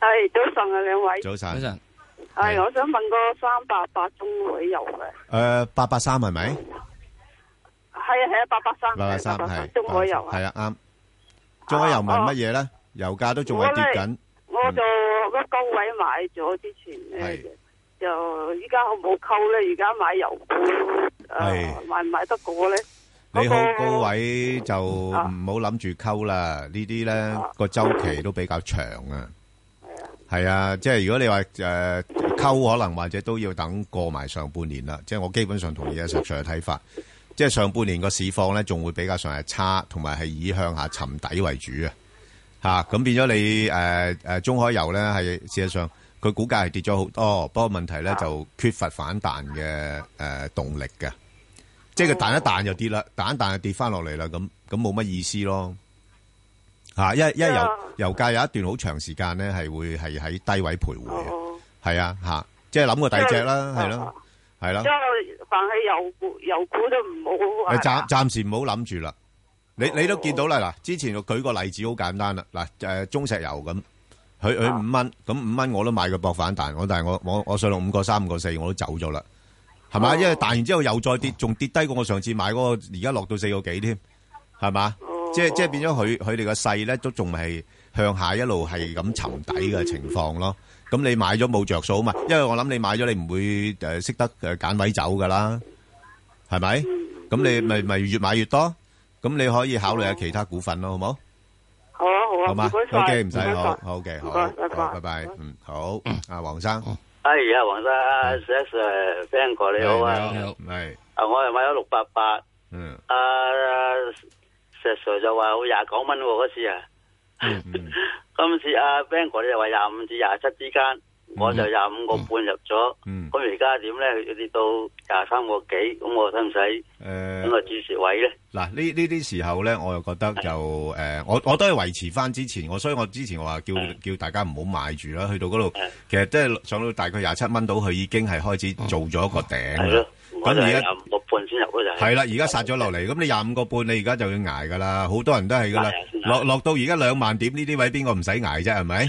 Speaker 10: 系早晨啊，两位。
Speaker 1: 早晨。
Speaker 2: 嗰陣
Speaker 10: 系，我想问个三八八中旅游嘅，
Speaker 1: 诶，八八三系咪？
Speaker 10: 系啊系啊，八八三，
Speaker 1: 八八三
Speaker 10: 883
Speaker 1: 系
Speaker 10: 中旅游啊哦
Speaker 1: 系。啦，啱。中海油問乜嘢咧？油價都仲係跌緊，
Speaker 10: 我就乜高位买咗之前咧
Speaker 1: 係，
Speaker 10: 就依家好唔好沟咧？而家买油股，诶
Speaker 1: 係
Speaker 10: 买唔买得過咧？
Speaker 1: 你好高位就唔好諗住溝啦。呢啲咧個周期都比較長啊。係啊，即係如果你話诶溝，可能或者都要等過埋上半年啦。即係我基本上同意阿石 Sir 嘅睇法，即係上半年個市況咧仲會比較上係差，同埋係以向下沉底為主啊。吓咁、變咗你誒誒、呃中海油咧係事實上佢股價係跌咗好多，不過問題咧就缺乏反彈嘅誒、呃、動力嘅，即係佢彈一彈就跌啦，彈一彈就跌翻落嚟啦，咁咁冇乜意思咯。嚇、因為因為油油價有一段好長時間咧係會係喺低位徘徊嘅，
Speaker 10: 哦，
Speaker 1: 係啊嚇、即係諗個第二隻啦，係咯係
Speaker 10: 因
Speaker 1: 咯。
Speaker 10: 為凡係油股油股都唔好。
Speaker 1: 誒暫暫時唔好諗住啦。你你都見到啦，嗱，之前我舉個例子好簡單啦，嗱，誒中石油咁，佢佢五蚊，咁五蚊我都買佢博反彈，我但係我我我上到五個三、五個四我都走咗啦，係咪？因為彈完之後又再跌，仲跌低過我上次買嗰個，而家落到四個幾添，係嘛？即係即係變咗佢佢哋個勢咧都仲係向下一路係咁沉底嘅情況咯。咁你買咗冇着數啊嘛，因為我諗你買咗你唔會誒識得誒揀位走㗎啦。系咪？咁你咪咪越買越多，咁你可以考慮下其他股份咯，好冇？
Speaker 10: 好啊好啊，
Speaker 1: 好嘛
Speaker 10: 唔該晒
Speaker 1: ？O K，唔使
Speaker 10: 唔該晒
Speaker 1: 好，好嘅，好，
Speaker 10: 唔該拜拜
Speaker 1: 好拜拜，嗯，好，阿黃生，
Speaker 4: 哎呀，黃生，Sir Ben 哥你好啊！
Speaker 2: 你好
Speaker 1: 係，
Speaker 4: 啊，我又買咗六八八，
Speaker 1: 嗯，
Speaker 4: 啊石 Sir 就話好廿九蚊喎嗰次啊，今次阿 Ben 哥你就話廿五至廿七之間，我就廿五個半入咗，
Speaker 1: 嗯
Speaker 4: 咁而家點咧？要跌到廿三個幾，咁我使唔使
Speaker 1: 诶
Speaker 4: 等，個止蝕位咧？
Speaker 1: 嗱，呢呢啲時候咧，我又覺得就诶，我我都係維持翻之前，我所以我之前我話叫叫大家唔好買住啦，去到嗰度，其實即係上到大概廿七蚊到，佢已經係開始做咗一個頂啦
Speaker 4: 係咯，。我
Speaker 1: 咁
Speaker 4: 就
Speaker 1: 而
Speaker 4: 係
Speaker 1: 家
Speaker 4: 廿五個半先入嗰就係
Speaker 1: 係啦，而家殺咗落嚟，咁你廿五個半，你而家就要捱噶啦，好多人都係噶啦，落落到而家兩萬點呢啲位，邊個唔使捱 啫？係咪？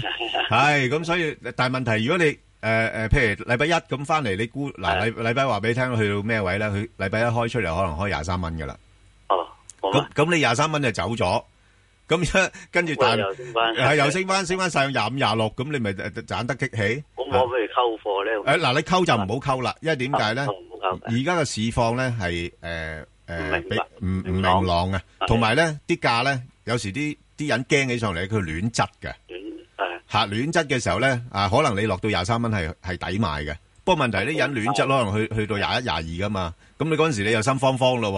Speaker 1: 係咁，所以但係問題，如果你誒誒，譬如禮拜一咁翻嚟，你估嗱禮禮拜話俾你聽去到咩位咧？佢禮拜一開出嚟，可能開廿三蚊噶啦。
Speaker 4: 哦，
Speaker 1: 咁咁你廿三蚊就走咗，咁跟住但
Speaker 4: 又升返
Speaker 1: 係又升翻，升翻曬廿五廿六，咁你咪誒賺得激起。
Speaker 4: 可唔可唔可以溝貨咧？
Speaker 1: 诶，嗱，你溝就唔好溝啦，因為點解咧？
Speaker 4: 溝
Speaker 1: 而家嘅市況咧係诶诶，
Speaker 4: 明
Speaker 1: 比
Speaker 4: 白
Speaker 1: 唔唔明朗啊，同埋咧啲價咧，有時啲啲人驚起上嚟，佢亂質嘅
Speaker 9: 嗯
Speaker 1: 吓，亂質嘅時候咧，啊，可能你落到廿三蚊係系抵買嘅，不過問題啲人亂質，可能去去到廿一廿二噶嘛，咁你嗰阵时你又心慌慌咯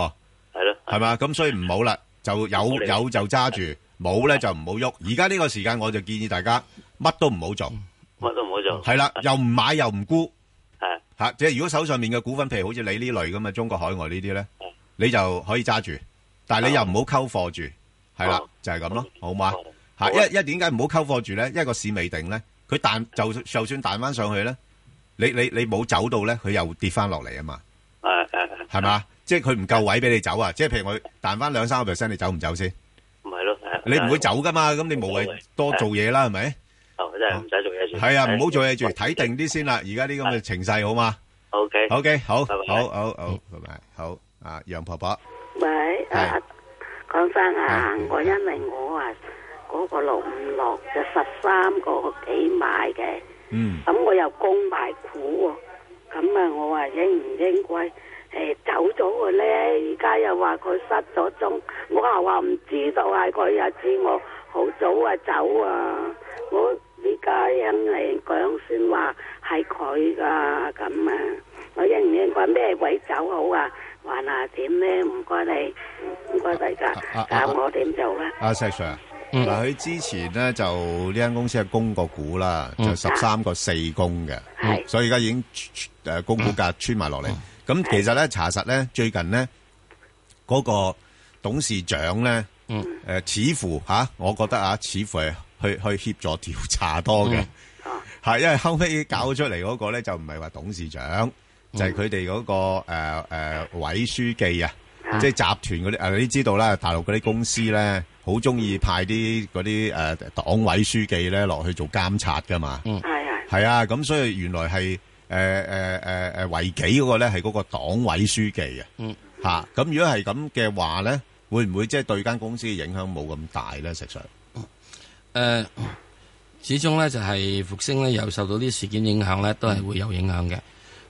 Speaker 4: 喎，係咯，
Speaker 1: 係嘛，咁所以唔好啦，就有有就揸住，冇咧就唔好喐。而家呢個時間我就建議大家乜都唔好做。
Speaker 4: 乜都唔好做。
Speaker 1: 系啦，又唔買又唔沽，
Speaker 4: 系
Speaker 1: 吓，即係如果手上面嘅股份，譬如好似你呢類咁嘅中國海外呢啲咧，
Speaker 4: À,
Speaker 1: 你就可以揸住，但係你又唔好溝貨住，係啦，就係咁咯，哦好啊嘛？吓，因為因為點解唔好溝貨住咧？因為個市未定咧，佢彈就就算彈翻上去咧，你你你冇走到咧，佢又跌翻落嚟啊啊嘛，
Speaker 4: 诶诶，誒
Speaker 1: 係嘛？即係佢唔夠位俾你走啊！即係譬如我彈翻兩三個 percent，你走唔走先？
Speaker 4: 唔係咯，係
Speaker 1: 你唔會走噶嘛？咁你無啊謂啊多做嘢啦，係咪？
Speaker 4: 哦真係唔使做嘢住。
Speaker 1: 係 啊，唔好做嘢住，睇定啲先啦。而家啲咁嘅情勢，好嘛？
Speaker 4: O K，
Speaker 1: 好嘅，好，
Speaker 4: 拜拜
Speaker 1: 好，好，好，拜拜，好，啊，楊婆婆，
Speaker 10: 喂，啊，講翻啊，我因為我啊嗰、個六五六就十三個幾買嘅，
Speaker 1: 嗯，
Speaker 10: 咁我又供埋股喎，咁啊我話應唔應該誒、走咗佢咧？而家又話佢失咗蹤，我又話唔知道係佢又知我好早啊走啊，我而家人嚟講先話係佢噶，咁啊，我應唔應該咩位走好啊？還啊點咧？唔該你，唔該大家
Speaker 1: 啊啊
Speaker 10: 教我點做啦。
Speaker 4: 嗯
Speaker 1: 阿石 Sir，嗱，佢之前咧就呢間公司係供個股啦，
Speaker 10: 嗯
Speaker 1: 就十三個四供嘅，
Speaker 4: 嗯
Speaker 10: 係
Speaker 1: 所以而家已經誒供股價穿埋落嚟。咁其實咧查實咧，最近咧嗰個董事長咧，
Speaker 4: 嗯
Speaker 1: 誒似乎嚇，我覺得啊，似乎係去去協助調查多
Speaker 4: 嗯
Speaker 1: 嘅。係，因為後尾搞出嚟嗰個咧就唔係話董事長，
Speaker 2: 嗯
Speaker 1: 就係佢哋嗰個誒誒委書記啊，即係集團嗰啲誒，你知道啦，大陸嗰啲公司咧好中意派啲嗰啲誒黨委書記咧落去做監察噶嘛，
Speaker 2: 嗯
Speaker 1: 係啊，咁所以原來係誒誒誒誒違紀嗰個咧係嗰個黨委書記啊，
Speaker 2: 嗯
Speaker 1: 嚇咁如果係咁嘅話咧，會唔會即係對間公司嘅影響冇咁大咧？實上，
Speaker 2: 誒，呃始終咧就係復星咧，又受到啲事件影響咧，都係會有影響嘅。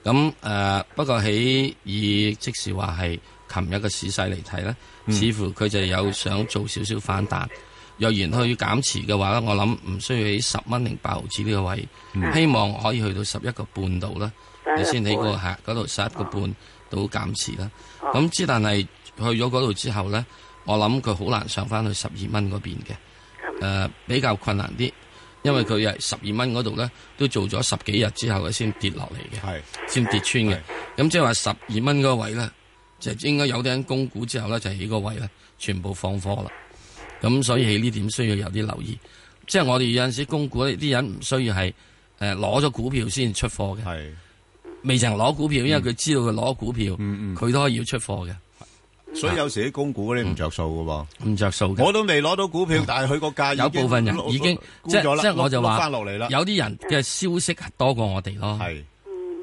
Speaker 2: 咁誒，不過喺以即時話係琴日嘅市勢嚟睇咧，
Speaker 11: 嗯
Speaker 2: 似乎佢就有想做少少反彈。若然去減持嘅話咧，我諗唔需要喺十蚊零八毫子呢個位，
Speaker 11: 嗯
Speaker 2: 希望可以去到十一個半度啦，
Speaker 11: 11
Speaker 2: 你先喺個
Speaker 11: 半啊
Speaker 2: 下嗰度十一個半到減持啦。
Speaker 11: 哦
Speaker 2: 咁之但係去咗嗰度之後咧，我諗佢好難上翻去十二蚊嗰邊嘅。誒、比較困難啲，因為佢係十二蚊嗰度咧，都做咗十幾日之後咧先跌落嚟嘅，先跌穿嘅。咁即係話十二蚊嗰個位咧，就應該有啲人供股之後咧，就喺個位咧全部放貨啦。咁所以喺呢點需要有啲留意。即係我哋有陣時供股呢啲人唔需要係誒呃攞咗股票先出貨
Speaker 1: 嘅，
Speaker 2: 未曾攞股票，
Speaker 1: 嗯
Speaker 2: 因為佢知道佢攞股票，佢、都可以要出貨嘅。
Speaker 1: 所以有時啲供股嗰啲唔着數嘅喎。
Speaker 2: 唔着數嘅。
Speaker 1: 我都未攞到股票，但係佢個價
Speaker 2: 有
Speaker 1: 已經
Speaker 2: 部分人
Speaker 1: 碌
Speaker 2: 已經
Speaker 1: 沽
Speaker 2: 即係
Speaker 1: 咗啦
Speaker 2: 即係我就
Speaker 1: 碌
Speaker 2: 話
Speaker 1: 翻落嚟啦
Speaker 2: 有啲人嘅消息係多過我哋咯，
Speaker 1: 係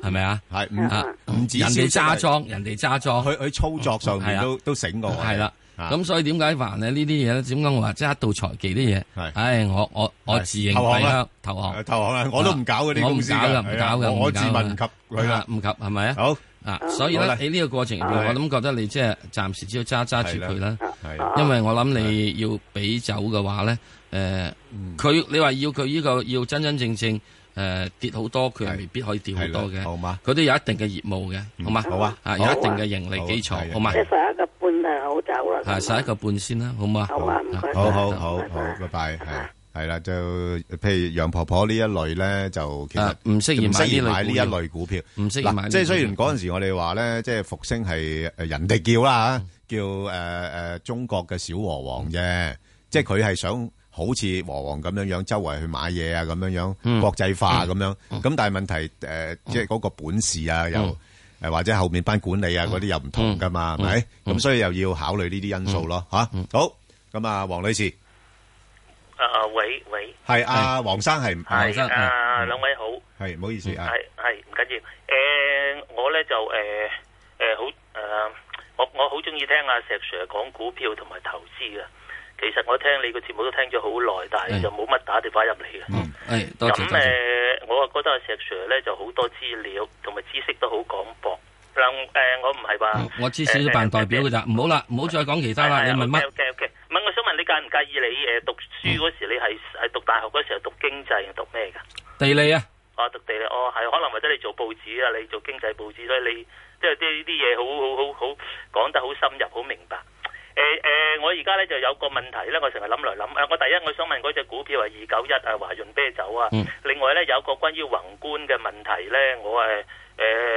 Speaker 2: 係咪啊？
Speaker 1: 係唔
Speaker 2: 啊
Speaker 1: 唔止
Speaker 2: 人
Speaker 1: 消
Speaker 2: 哋
Speaker 1: 息啊
Speaker 2: 揸
Speaker 1: 係
Speaker 2: 裝，人哋揸裝，
Speaker 1: 佢佢操作上面
Speaker 2: 係啊
Speaker 1: 都都醒過我哋
Speaker 2: 係啦。
Speaker 1: 啊
Speaker 2: 咁所以點解凡咧呢啲嘢咧？點解我話即係一到財技啲嘢？唉，我我我
Speaker 1: 係
Speaker 2: 自認
Speaker 1: 投
Speaker 2: 為
Speaker 1: 降啦
Speaker 2: 啦，投降
Speaker 1: 投降啦 我都唔搞嗰啲
Speaker 2: 我唔
Speaker 1: 公司
Speaker 2: 搞
Speaker 1: 㗎
Speaker 2: 㗎，唔
Speaker 1: 係啊
Speaker 2: 搞㗎，
Speaker 1: 我
Speaker 2: 唔搞㗎
Speaker 1: 自問唔及佢啦
Speaker 2: 啊唔及係咪啊？
Speaker 1: 好
Speaker 2: 啊，所以咧
Speaker 11: 好啦
Speaker 2: 喺呢個過程入
Speaker 11: 係
Speaker 2: 邊，我諗覺得你即係暫時只要揸揸住佢啦
Speaker 11: 係啦，
Speaker 2: 因為我諗你要俾走嘅話咧，誒，
Speaker 1: 嗯
Speaker 2: 佢你話要佢呢個要真真正正誒跌好多，佢係未必可以跌好多嘅，
Speaker 1: 好嘛？
Speaker 2: 佢都有一定嘅業務嘅，好嘛？
Speaker 1: 好啊
Speaker 2: 啊
Speaker 1: 好
Speaker 2: 有
Speaker 1: 啊
Speaker 2: 一定嘅盈利基礎，好嘛
Speaker 10: 即？係十一個半啊，好走啦。
Speaker 2: 係十一個半先啦，好嘛？好
Speaker 10: 啊唔該
Speaker 1: 好好好好，拜拜，係係啦，就譬如楊婆婆呢一類咧，就其實
Speaker 2: 啊唔適宜
Speaker 1: 唔
Speaker 2: 買呢
Speaker 1: 適宜買呢
Speaker 2: 類股
Speaker 1: 一
Speaker 2: 票
Speaker 1: 類股票，
Speaker 2: 唔適宜買呢
Speaker 1: 嗱
Speaker 2: 類
Speaker 1: 即係雖
Speaker 2: 股
Speaker 1: 然嗰陣時我哋話咧，即係復星係誒人哋叫啦嚇，叫誒誒中國嘅小和王啫，即係佢係想。好似和王咁樣樣，周圍去買嘢啊，咁樣樣國際化咁樣，咁但係問題誒，即係嗰個本事啊，又誒或者後面班管理啊嗰啲又唔同噶嘛，係咪？咁所以又要考慮呢啲因素咯，吓。好，咁啊，黃女士
Speaker 11: 啊喂喂，
Speaker 1: 係阿黃生係唔
Speaker 11: 係
Speaker 1: Ừ.
Speaker 11: 啊兩位好，
Speaker 1: 係唔好意思啊
Speaker 11: 係，係唔緊要。誒我咧就誒誒好誒，我我好中意聽阿石 Sir 講股票同埋投資嘅。其實我聽你個節目都聽咗好耐，但係就冇乜打電話入嚟嘅。
Speaker 2: 诶，多
Speaker 11: 咁
Speaker 2: 謝
Speaker 11: 誒、
Speaker 2: 多謝。
Speaker 11: 我啊覺得阿石 Sir 咧就好多資料同埋知識都好廣博。嗱、誒，我唔係話
Speaker 2: 我知少少 扮代表噶咋，唔好啦，唔好再講其他啦。
Speaker 10: 啊
Speaker 2: 你問乜
Speaker 11: o k OK，唔係我想問你介唔介意你誒讀書嗰時，你係係讀大學嗰時候讀經濟定讀咩㗎？
Speaker 2: 地理啊？
Speaker 11: 我讀地理，哦係可能或者你做報紙啊，你做經濟報紙，所以你即係啲呢啲嘢好好好好講得好深入，好明白。誒、誒、我而家咧就有個問題咧，我成日諗來諗。誒、我第一我想問嗰只股票係二九一啊，華潤啤酒啊。另外咧有個關於宏觀嘅問題咧，我誒誒誒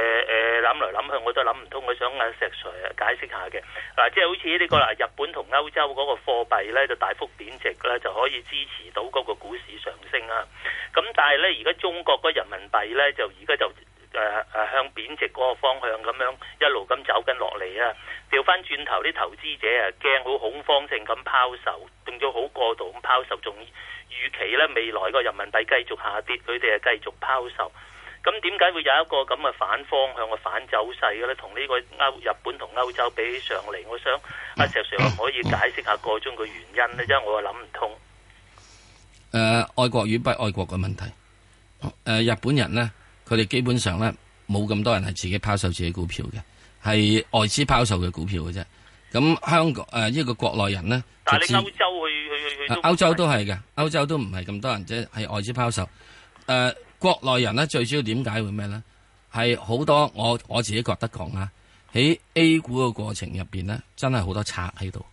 Speaker 11: 諗來諗去我都諗唔通，我想阿石 Sir 解釋下嘅。嗱、即係好似呢個啦，日本同歐洲嗰個貨幣咧就大幅貶值咧，就可以支持到嗰個股市上升啊。咁但係咧，而家中國嗰人民幣咧就而家就。誒誒、呃向貶值嗰個方向咁樣一路咁走緊落嚟啊！調翻轉頭啲投資者啊，驚好恐慌性咁拋售，變咗好過度咁拋售，仲預期咧未來個人民幣繼續下跌，佢哋係繼續拋售。咁點解會有一個咁嘅反方向嘅反走勢嘅咧？同呢個歐日本同歐洲比起上嚟，我
Speaker 2: 嗯
Speaker 11: 想阿、石 Sir 可唔可以解釋下個中嘅原因咧？因為我又諗唔通。
Speaker 2: 誒、呃愛國與不愛國嘅問題。誒、日本人呢，佢哋基本上呢，冇咁多人係自己拋售自己股票嘅，係外資拋售嘅股票嘅啫。咁香港誒呢、個國內人呢，
Speaker 11: 但
Speaker 2: 就
Speaker 11: 係
Speaker 2: 知
Speaker 11: 你歐洲去去去去
Speaker 2: 啊
Speaker 11: 都
Speaker 2: 歐洲都係嘅，歐洲都唔係咁多人啫，係外資拋售。誒、呃國內人呢，最主要點解會咩呢？係好多我我自己覺得講啊，喺 A 股嘅過程入邊呢，真係好多賊喺度，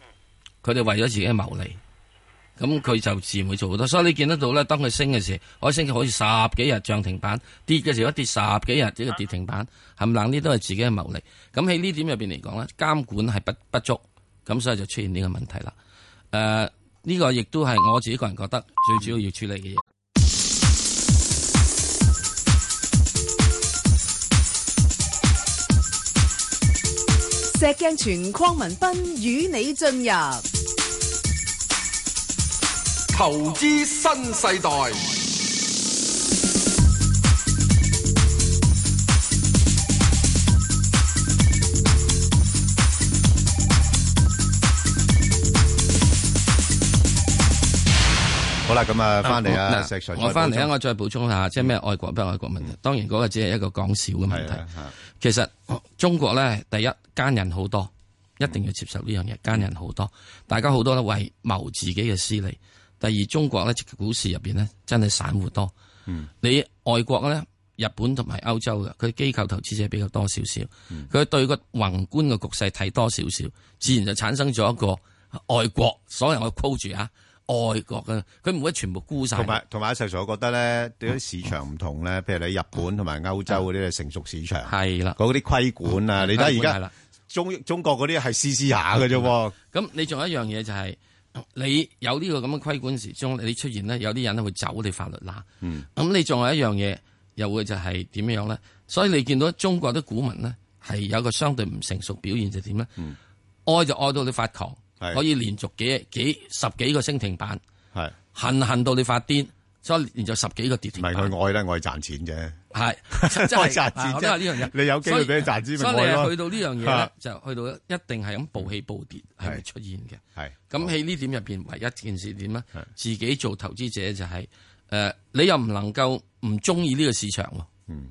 Speaker 2: 嗯佢哋為咗自己嘅牟利。咁佢就自然會做好多。所以你見得到咧，當佢升嘅時候，可以升好似十幾日漲停板，跌嘅時候一跌十幾日呢個跌停板，冚冷呢都係自己嘅牟利。咁喺呢點入邊嚟講咧，監管係不不足，咁所以就出現呢個問題啦。誒、呢、個亦都係我自己個人覺得最主要要處理嘅嘢。
Speaker 5: 石鏡泉邝文斌與你進入
Speaker 6: 投資新世代，
Speaker 1: 好啦，咁啊，翻嚟
Speaker 2: 我
Speaker 1: 啊，
Speaker 2: 嗱
Speaker 1: 石 Sir，
Speaker 2: 我翻嚟啊，
Speaker 1: 啊，
Speaker 2: 我再補充下，即係咩愛國不愛國問
Speaker 1: 嗯
Speaker 2: 題。當然嗰個只係一個講笑嘅問題。
Speaker 1: 啊
Speaker 2: 其實中國咧，第一奸人好多，一定要接受呢樣
Speaker 1: 嗯
Speaker 2: 嘢，奸人好多，大家好多咧為謀自己嘅私利。第二，中國咧股市入邊咧真係散户多。
Speaker 12: 嗯
Speaker 2: 你外國咧，日本同埋歐洲嘅，佢機構投資者比較多少少，
Speaker 1: 嗯
Speaker 2: 佢對個宏觀嘅局勢睇多少少，自然就產生咗一個啊外國，所謂我 quote 住啊，外國嘅，佢唔會全部沽晒。
Speaker 1: 同埋同埋，石 Sir，我覺得咧，對啲市場唔同 咧，譬如你日本同埋歐洲嗰啲係成熟市場，
Speaker 2: 係啦，嗯
Speaker 1: 嗰啲規管啊，你睇而
Speaker 2: 係
Speaker 1: 家
Speaker 2: 啦嗯
Speaker 1: 中中國嗰啲係試試下嘅啫喎。
Speaker 2: 咁你仲有一樣嘢就係、 你有呢個咁嘅規管時鐘，你出現咧有啲人咧會走你法律罅。
Speaker 12: 嗯
Speaker 2: 咁你仲有一樣嘢，又會就係點樣咧？所以你見到中國啲股民咧係有個相對唔成熟表現就點咧？
Speaker 1: 嗯
Speaker 2: 愛就愛到你發狂，
Speaker 12: 係
Speaker 2: 可以連續幾幾十幾個升停板，
Speaker 1: 係
Speaker 2: 恨恨到你發癲，所以連續十幾個跌停板。唔係
Speaker 1: 佢愛咧，愛賺錢啫。
Speaker 2: 係啊
Speaker 1: 愛賺錢啫
Speaker 2: 係呢樣嘢。
Speaker 1: 你有機會俾佢賺錢咪
Speaker 2: 所以所
Speaker 1: 愛
Speaker 2: 以你
Speaker 1: 咯
Speaker 2: 係去到呢樣嘢
Speaker 1: 嚇
Speaker 2: 咧，就去到一定係咁暴起暴跌係會出現嘅。
Speaker 1: 係
Speaker 2: 咁喺呢點入邊，唯一件事點咧？自己做投資者就係、呃你又唔能夠唔中意呢個市場喎。
Speaker 1: 嗯，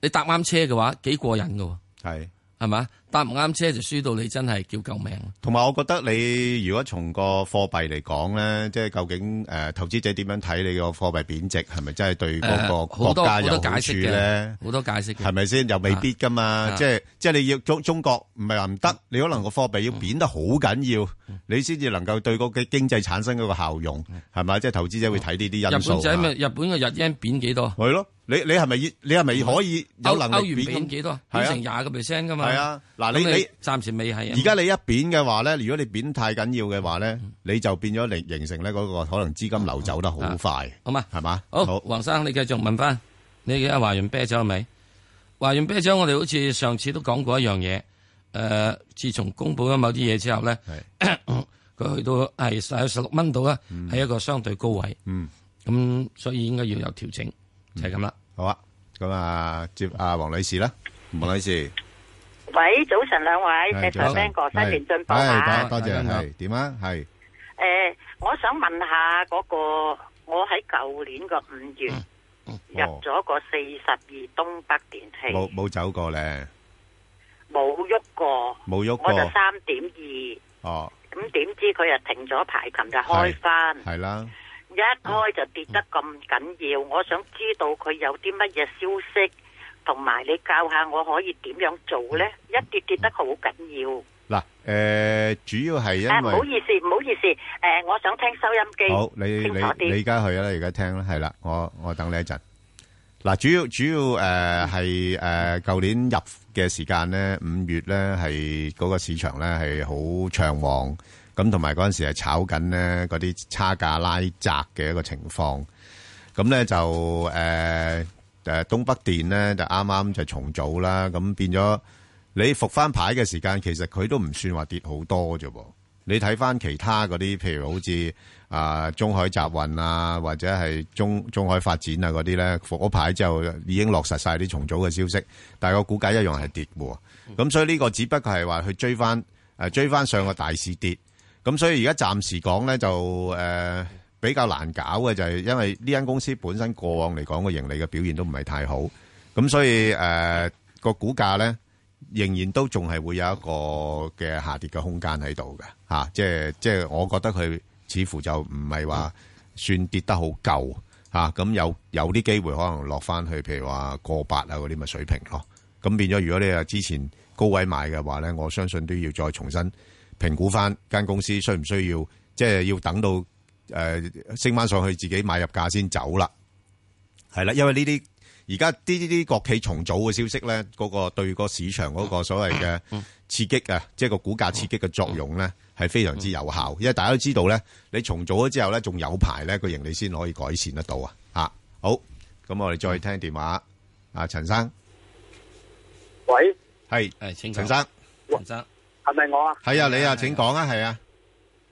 Speaker 2: 你搭啱車嘅話幾過癮嘅喎。
Speaker 1: 係
Speaker 2: 係嘛？搭唔啱車就輸到你真係叫救命。
Speaker 1: 同埋，我覺得你如果從個貨幣嚟講咧，即係究竟誒、呃投資者點樣睇你個貨幣貶值係咪真係對嗰個
Speaker 2: 誒呃好
Speaker 1: 國
Speaker 2: 多
Speaker 1: 家
Speaker 2: 好
Speaker 1: 有
Speaker 2: 多解
Speaker 1: 好處
Speaker 2: 釋
Speaker 1: 咧
Speaker 2: 嘅，？好多解釋嘅
Speaker 1: 係咪先？又未必噶嘛，
Speaker 2: 啊
Speaker 1: 即係即係你要中中國唔係話唔得，你可能個貨幣要貶得好緊要，你先至能夠對個嘅經濟產生嗰個效用，係咪？即係投資者會睇呢啲因
Speaker 2: 日
Speaker 1: 素
Speaker 2: 本仔
Speaker 1: 啊。
Speaker 2: 咪日本嘅日元貶幾多？
Speaker 1: 係咯，你你係咪要你係咪可以有能力
Speaker 2: 歐歐元
Speaker 1: 貶咁
Speaker 2: 貶幾多？
Speaker 1: 係啊
Speaker 2: 貶成廿個 percent 噶嘛？
Speaker 1: 係啊嗱你
Speaker 2: 咁
Speaker 1: 你
Speaker 2: 暫時未係啊。
Speaker 1: 而家你一貶嘅話咧，如果你貶太緊要嘅話咧，你就變咗嚟形成咧嗰個可能資金流走得好快，
Speaker 2: 好嘛？
Speaker 1: 係嘛？
Speaker 2: 好，黃生你繼續問翻，你嘅華潤啤酒係咪？華潤啤酒，我哋好似上次都講過一樣嘢。誒、呃自從公佈咗某啲嘢之後咧， 佢去到係十十六蚊度啦，係一個相對高位。
Speaker 1: 嗯，
Speaker 2: 咁所以應該要有調整，就係咁啦。
Speaker 1: 好啊，咁啊，接阿黃女士啦，黃女士，
Speaker 12: 喂，早晨兩位，
Speaker 1: 係
Speaker 12: 石
Speaker 1: 早
Speaker 12: Sir
Speaker 1: 晨
Speaker 12: Ben 哥，新年進步
Speaker 1: 係
Speaker 12: 啊！
Speaker 1: 多多謝，係點啊？
Speaker 12: 誒，
Speaker 1: 係
Speaker 12: 我想問下嗰個，我喺舊年個五月
Speaker 1: 嗯
Speaker 12: 入咗個四十二東北電器，
Speaker 1: 哦冇冇走過咧，
Speaker 12: 冇喐過，
Speaker 1: 冇
Speaker 12: 我就
Speaker 1: 喐過，
Speaker 12: 三點二，
Speaker 1: 哦，
Speaker 12: 咁點知佢又停咗排琴就開翻，
Speaker 1: 係啦，
Speaker 12: 一開就跌得咁緊要，我想知道佢有啲乜嘢消息，同埋你教下我可以點樣做呢？
Speaker 1: 嗯
Speaker 12: 一跌跌得好緊要。
Speaker 1: 嗱，誒，主要係因
Speaker 12: 啊，唔
Speaker 1: 為
Speaker 12: 好意思，唔好意思，诶、我想聽收音機，
Speaker 1: 好，你
Speaker 12: 清
Speaker 1: 你
Speaker 12: 楚啲
Speaker 1: 你而家去啦，而家聽啦，係啦，我我等你一陣。嗱，主要主
Speaker 12: 嗯
Speaker 1: 要誒係誒舊年入嘅時間咧，五月咧係嗰個市場咧係好暢旺，咁同埋嗰陣時係炒緊咧嗰啲差價拉窄嘅一個情況。咁咧就誒誒、東北電咧就啱啱就重組啦，咁變咗你復翻牌嘅時間，其實佢都唔算話跌好多啫噃。你睇翻其他嗰啲，譬如好似啊、中海集運啊，或者係中中海發展啊嗰啲咧，復咗牌之後已經落實晒啲重組嘅消息，但係個股價一樣係跌嘅喎。咁所以呢個只不過係話去追翻誒、追翻上個大市跌。咁所以而家暫時講咧就誒、呃比較難搞嘅就係因為呢間公司本身過往嚟講個盈利嘅表現都唔係太好，咁所以誒、呃、個股價咧仍然都仲係會有一個嘅下跌嘅空間喺度嘅嚇，啊即係即係我覺得佢似乎就唔係話算跌得好夠嚇，咁、有有啲機會可能落翻去譬如話過八啊嗰啲咁嘅水平咯。咁變咗，如果你係之前高位買嘅話咧，我相信都要再重新評估翻間公司需唔需要，即係要等到誒、呃升翻上去自己買入價先走啦。係啦，因為呢啲而家啲啲啲國企重組嘅消息咧，嗰、個對個市場嗰個所謂嘅刺激啊，即係個股價刺激嘅作用咧，係非常之有效。因為大家都知道咧，你重組咗之後咧，仲有排咧個盈利先可以改善得到啊。嚇，好，咁我哋再聽電話，啊陳生。
Speaker 13: 喂，
Speaker 1: 係，
Speaker 2: 陳
Speaker 1: 生，
Speaker 2: 陳生，
Speaker 13: 系咪我啊？
Speaker 1: 係啊，你啊，請講啊，係啊，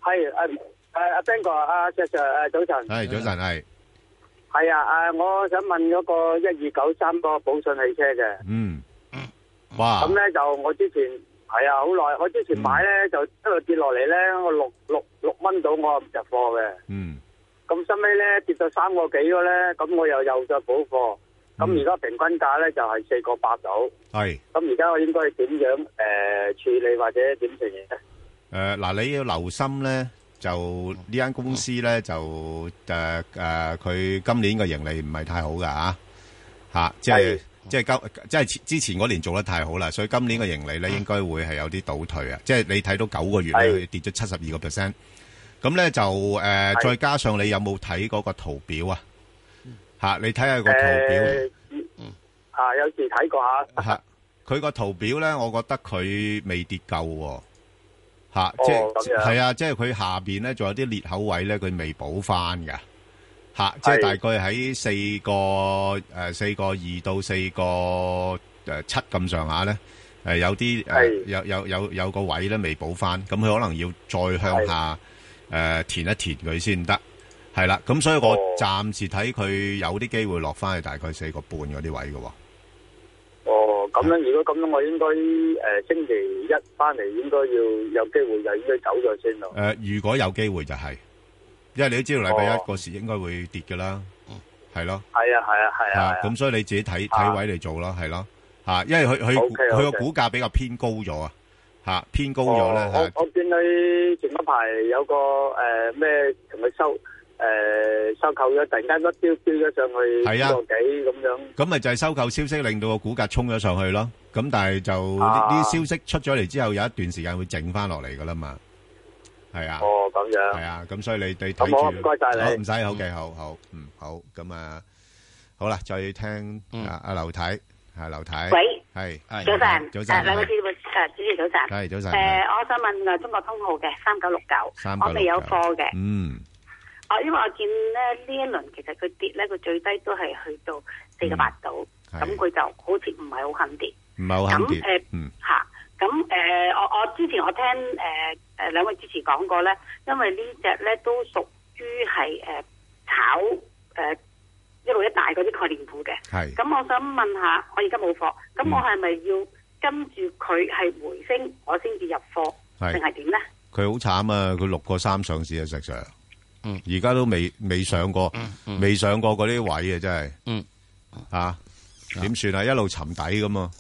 Speaker 13: 系诶诶呃阿 Ben 哥啊阿 Sir Sir 诶早晨，
Speaker 1: 係早晨，係，
Speaker 13: 系啊诶，我想問嗰個一二九三個寶信汽車嘅，
Speaker 1: 嗯，哇嗯
Speaker 13: 咁，咧就我之前係啊好耐，我之前買咧就一路跌落嚟咧，我六六六蚊到我唔入貨嘅，
Speaker 1: 嗯，
Speaker 13: 咁收尾咧跌到三個幾咗咧，咁我又又再補貨，
Speaker 1: 嗯
Speaker 13: 咁而家平均價咧就係四個八到，
Speaker 1: 係，
Speaker 13: 咁而家我應該點樣诶处理或者點成嘢咧？
Speaker 1: 誒呃嗱，你要留心咧，就呢間公司咧就誒誒，佢今年嘅盈利唔係太好噶嚇，嚇，即係即係今即係之前嗰年做得太好啦，所以今年嘅盈利咧應該會係有啲倒退啊，即係你睇到九個月咧佢跌咗七十二個 percent，咁咧就誒，再加上你有冇睇嗰個圖表啊？嚇，你睇下個圖表。
Speaker 13: 誒呃啊，有時睇過下。
Speaker 1: 吓，佢個圖表咧，我覺得佢未跌夠喎、吓，
Speaker 13: 哦
Speaker 1: 即
Speaker 13: 咁
Speaker 1: 係
Speaker 13: 樣
Speaker 1: 係啊，即係佢下邊咧仲有啲裂口位咧，佢未補翻嘅吓，即係
Speaker 13: 係
Speaker 1: 大概喺四個誒四個二到四個誒七咁上下咧，誒、有啲誒、有有有有個位咧未補翻，咁佢可能要再向下誒、填一填佢先得。係啦，咁所以
Speaker 13: 哦
Speaker 1: 我暫時睇佢有啲機會落翻去大概四個半嗰啲位嘅喎。
Speaker 13: 哦，咁樣如果咁樣，我應該誒、呃星期一翻嚟應該要有機會就應該走咗先咯
Speaker 1: 誒、。呃如果有機會就係、因為你都知道禮拜
Speaker 13: 哦
Speaker 1: 一個市應該會跌嘅啦，係咯，
Speaker 13: 係啊，係啊，係啊
Speaker 1: 啊，
Speaker 13: 係啊，
Speaker 1: 咁所以你自己睇睇位嚟做啦，係咯，嚇，因為佢佢
Speaker 13: OK，OK
Speaker 1: 佢個股價比較偏高咗啊，嚇，偏高咗咧，
Speaker 13: 哦
Speaker 1: 嚇
Speaker 13: 我我見佢前一排有個誒咩同佢收誒、呃收購咗，突然間一飆飆咗上去
Speaker 1: 係啊
Speaker 13: 呢個幾咁樣。
Speaker 1: 咁咪就係收購消息令到個股價衝咗上去咯，咁但係就呢
Speaker 13: 啊
Speaker 1: 啲消息出咗嚟之後，有一段時間會整翻落嚟噶啦嘛，係啊。
Speaker 13: 哦，咁樣。
Speaker 1: 係啊，咁所以你你睇住，
Speaker 13: 好唔該晒你。
Speaker 1: 好唔使，好嘅，好好，嗯，好，咁啊，好啦，再聽阿阿劉太，係劉太，
Speaker 14: 喂
Speaker 1: 係，係
Speaker 14: 早晨，
Speaker 1: 早
Speaker 14: 誒兩位
Speaker 1: 晨
Speaker 14: 主，誒主持早晨，
Speaker 1: 係早
Speaker 14: 誒
Speaker 1: 晨係
Speaker 14: 我想問呃誒中國通號嘅三九六九，
Speaker 1: 3969
Speaker 14: 我未有貨嘅，哦
Speaker 1: 嗯，
Speaker 14: 我因為我見咧呢一輪其實佢跌咧，佢最低都係去到四個八度，
Speaker 1: 嗯係
Speaker 14: 咁佢就好似唔係好肯跌。
Speaker 1: 唔係好肯跌
Speaker 14: 咁誒，
Speaker 1: 嗯
Speaker 14: 嚇咁誒，我我之前我聽誒誒兩位主持講過咧，因為呢只咧都屬於係誒炒誒一路一大嗰啲概念股嘅。
Speaker 1: 係嗯
Speaker 14: 咁我想問下，我而家冇貨，咁我係咪要跟住佢係回升，我先至入貨，
Speaker 1: 係
Speaker 14: 定係點咧？
Speaker 1: 佢好慘啊！佢六個三上市啊，石 Sir，而家都未未上過，未上過嗰啲位啊，真係，啊點算啊？一路沉底咁啊，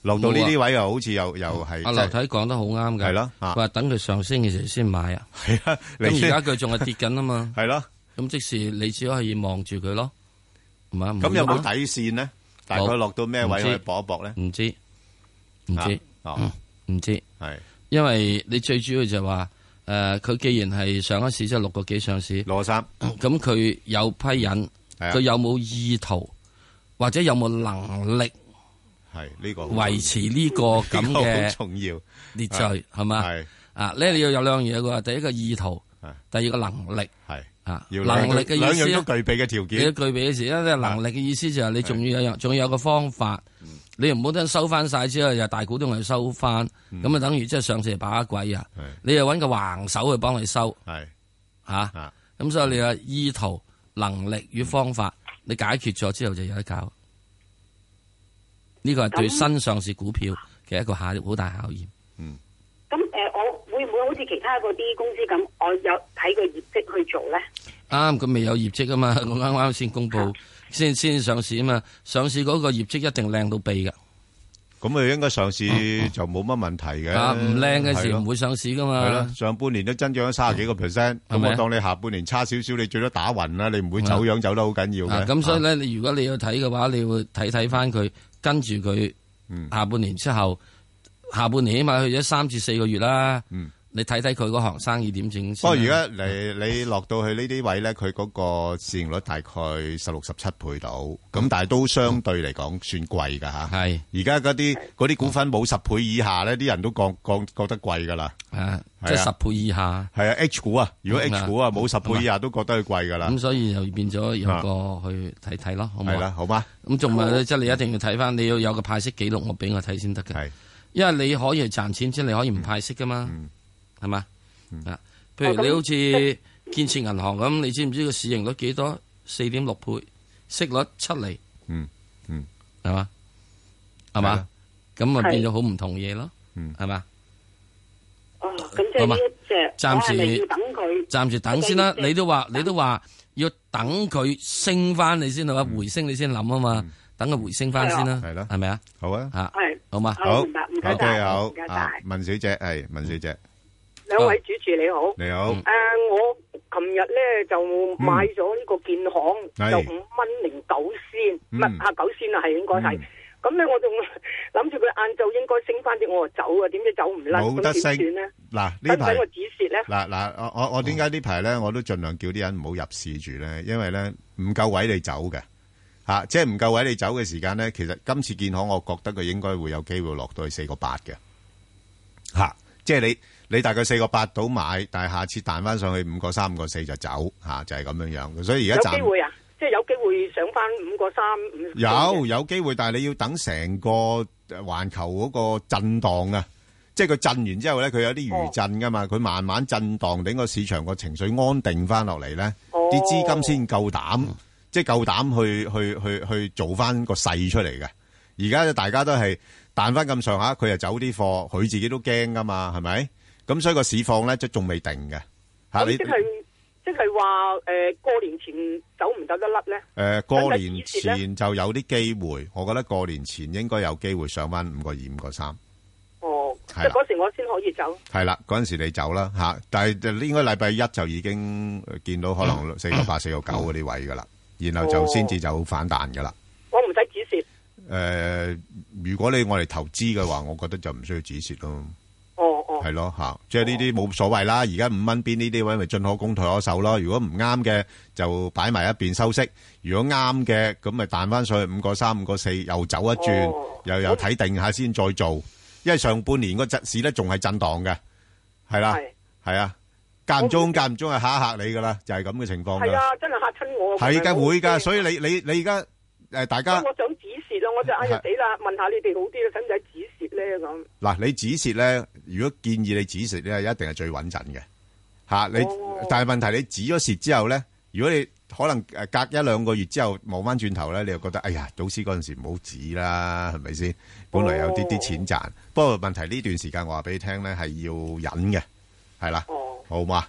Speaker 1: 落到呢啲位又好似又又係，
Speaker 2: 阿
Speaker 1: 即係
Speaker 2: 劉太講得好啱㗎，
Speaker 1: 係咯啊
Speaker 2: 佢話等佢上升嘅時候先買啊。
Speaker 1: 係啊，你
Speaker 2: 咁而
Speaker 1: 先
Speaker 2: 家佢仲係跌緊啊 嘛。
Speaker 1: 係咯，
Speaker 2: 咁即時你只可以望住佢咯，唔係啊
Speaker 1: 咁有冇底線呢？大概
Speaker 2: 冇
Speaker 1: 落到咩位
Speaker 2: 唔知
Speaker 1: 可以搏一搏咧？
Speaker 2: 唔知，唔知，
Speaker 1: 啊
Speaker 2: 嗯唔知，
Speaker 1: 系
Speaker 2: 因為你最主要就係話诶，呃佢既然係上咗市即係六個幾上市，
Speaker 1: 攞三，
Speaker 2: 咁佢有批人，
Speaker 1: 啊
Speaker 2: 佢有冇意圖或者有冇能力
Speaker 1: 係呢個好
Speaker 2: 維持呢個咁
Speaker 1: 呢個
Speaker 2: 嘅
Speaker 1: 好重要
Speaker 2: 秩序
Speaker 1: 啊
Speaker 2: 係嘛？
Speaker 1: 係
Speaker 2: 啊，咧你要有兩樣嘢㗎，第一個意圖，第二個能力，
Speaker 1: 係
Speaker 2: 啊，
Speaker 1: 要
Speaker 2: 能力嘅意思
Speaker 1: 兩
Speaker 2: 呢
Speaker 1: 樣都具備嘅條件啊嗯
Speaker 2: 你都具備嘅時，啊因為能力嘅意思就係你仲要有樣，仲要有個方法。你唔好等收翻晒之後，又大股東去收翻，
Speaker 1: 嗯
Speaker 2: 咁啊等於即係上市係把鬼啊！你又揾個橫手去幫你收，
Speaker 1: 係啊
Speaker 2: 嚇。咁所以你話意圖、能力與方法，
Speaker 1: 嗯
Speaker 2: 你解決咗之後就有得搞。呢個係對
Speaker 14: 咁
Speaker 2: 新上市股票嘅一個下好大考驗。
Speaker 14: 咁誒、我會唔會好似其他嗰啲公司咁，我有睇個業績去做咧？
Speaker 2: 啱，佢未有業績啊嘛， 我啱啱先 公佈，先先上市啊嘛，上市嗰個業績一定靚到痹㗎。
Speaker 1: 咁佢應該上市就冇乜問題嘅。
Speaker 2: 啊唔靚嘅時
Speaker 1: 係咯
Speaker 2: 唔會上市噶嘛
Speaker 1: 係咯，上半年都增長咗三十幾個 percent，
Speaker 2: 係
Speaker 1: 咁
Speaker 2: 咪啊
Speaker 1: 我當你下半年差少少，你最多打暈啦，你唔會走樣走得好緊要
Speaker 2: 啊
Speaker 1: 嘅。
Speaker 2: 咁所以咧，你如果你要睇嘅話，你會睇睇翻佢跟住佢
Speaker 1: 嗯
Speaker 2: 下半年之後，下半年起碼去咗三至四個月啦。你睇睇佢嗰行生意點
Speaker 1: 嗯
Speaker 2: 整
Speaker 1: 不
Speaker 2: 先
Speaker 1: 過
Speaker 2: 啦。
Speaker 1: 而家你你落到去呢啲位咧，佢嗰個市盈率大概十六十七倍到，咁但係都相對嚟講算貴㗎吓。
Speaker 2: 係
Speaker 1: 而家嗰啲嗰啲股份冇十倍以下咧，啲人都覺覺覺得貴㗎啦。
Speaker 2: 啊，
Speaker 1: 係啊
Speaker 2: 即係十倍以下。
Speaker 1: 係啊，H 股啊，如果
Speaker 2: 嗯啊
Speaker 1: H 股啊冇十倍以
Speaker 2: 咁
Speaker 1: 下
Speaker 2: 啊
Speaker 1: 都覺得佢貴㗎啦。
Speaker 2: 咁所以又變咗有
Speaker 1: 啊
Speaker 2: 個去睇睇咯，好唔好啊？
Speaker 1: 係啦好嘛
Speaker 2: 咁仲咪咧，即係你一定要睇翻，你要有個派息記錄，我俾我睇先得嘅。
Speaker 1: 係，嗯
Speaker 2: 因為你可以係賺錢，即係你可以唔派息噶嘛，係嘛？啊，譬如
Speaker 15: 哦咁
Speaker 2: 你好似建設銀行咁，你知唔知個市盈率幾多？四點六倍，息率七厘，
Speaker 1: 嗯嗯，
Speaker 2: 係嘛？係嘛？咁咪
Speaker 14: 係
Speaker 2: 變咗好唔同嘢咯，
Speaker 1: 嗯
Speaker 2: 係嘛？
Speaker 14: 哦，咁即係呢一隻，我係
Speaker 2: 好嘛
Speaker 14: 咪
Speaker 2: 暫時
Speaker 14: 要等佢？
Speaker 2: 暫時等先啦。你都話你都話要等佢升翻你先係嘛？回升你先諗啊嘛。等佢回升翻先啦，
Speaker 1: 嗯係咯
Speaker 2: 係咪啊？
Speaker 1: 好啊，
Speaker 2: 嚇
Speaker 14: 係
Speaker 2: 好嘛？
Speaker 1: 好
Speaker 14: 明白唔該晒
Speaker 1: OK，好
Speaker 14: 唔該晒
Speaker 1: 啊，文小姐係文小姐，
Speaker 16: 兩位主持你好，
Speaker 1: 你好
Speaker 16: 誒、我琴日咧就買咗呢個建行，
Speaker 1: 係
Speaker 16: 就五蚊零九仙，唔
Speaker 1: 嗯
Speaker 16: 係啊九仙啊，係應該係。咁咧我仲諗住佢晏晝應該升翻啲，我就走啊，點知走唔甩，
Speaker 1: 冇得
Speaker 16: 咁點
Speaker 1: 升
Speaker 16: 算咧？
Speaker 1: 嗱
Speaker 16: 使唔使
Speaker 1: 呢排
Speaker 16: 我止蝕咧？
Speaker 1: 嗱嗱，我我我點
Speaker 2: 哦
Speaker 1: 解呢排咧我都盡量叫啲人唔好入市住咧，因為咧唔夠位你走嘅嚇、即係唔夠位你走嘅時間咧，其實今次建行我覺得佢應該會有機會落到去四個八嘅嚇，即係你你大概四個八到買，但係下次彈翻上去五個三、五個四就走嚇、就係、咁樣樣。所以而
Speaker 16: 有
Speaker 1: 家暫
Speaker 16: 機會啊，即係有機會上翻五個三五。5.4
Speaker 1: 有有機會，但係你要等成個誒環球嗰個震盪啊，即係佢震完之後咧，佢有啲餘震噶嘛，佢慢慢震盪，整個市場個情緒安定翻落嚟咧，啲資金先夠膽，即係夠膽去去去去做翻個勢出嚟嘅。而家大家都係彈翻咁上下，佢又走啲貨，佢自己都驚噶嘛，係咪？咁所以個市況咧，即係仲未定嘅嚇
Speaker 16: 咁
Speaker 1: 你
Speaker 16: 即。係即係話誒過年前走唔走得甩咧？
Speaker 1: 誒、呃過年前就有啲機會，我覺得過年前應該有機會上翻五個二、五個三，
Speaker 16: 哦，即
Speaker 1: 係
Speaker 16: 係
Speaker 1: 啦
Speaker 16: 嗰時我先可以走。
Speaker 1: 係啦，嗰陣時你走啦吓、但係就應該禮拜一就已經呃見到可能四個八、四個九嗰啲位噶啦，然後就
Speaker 16: 哦
Speaker 1: 先至就反彈噶啦。
Speaker 16: 我唔使止蝕。
Speaker 1: 誒、如果你我哋投資嘅話，我覺得就唔需要止蝕咯。
Speaker 16: 哦哦，
Speaker 1: 係咯吓，即係呢啲冇所謂啦。而家五蚊邊呢啲位咪進可攻退可守咯。如果唔啱嘅就擺埋一邊收息，如果啱嘅咁咪彈翻上去五個三、五個四，又走一轉，又又睇定下先再做。因為上半年個陣市咧仲係震盪嘅，係啦，係啊，間唔中間唔中係嚇一嚇你噶啦，就係咁嘅情況㗎
Speaker 16: 係
Speaker 1: 啦。
Speaker 16: 啊，真係嚇親我。
Speaker 1: 係嘅，會㗎。
Speaker 16: 以
Speaker 1: 所以你你你而家誒大家
Speaker 16: 我想止蝕蝕啦，我就哎呀死啦，問下你哋好啲啦，使唔使止蝕咧咁？
Speaker 1: 嗱，你止蝕咧，如果建議你止蝕咧，一定係最穩陣嘅吓。你
Speaker 16: 哦
Speaker 1: 但係問題你止咗蝕之後咧，如果你可能诶隔一兩個月之後望翻轉頭咧，你又覺得哎呀，早知嗰陣時唔好止啦，係咪
Speaker 16: 哦
Speaker 1: 先？本來有啲啲錢賺，不過問題呢段時間我話俾你聽咧，係要忍嘅，係啦，
Speaker 16: 哦
Speaker 1: 好
Speaker 16: 啊
Speaker 1: 嘛？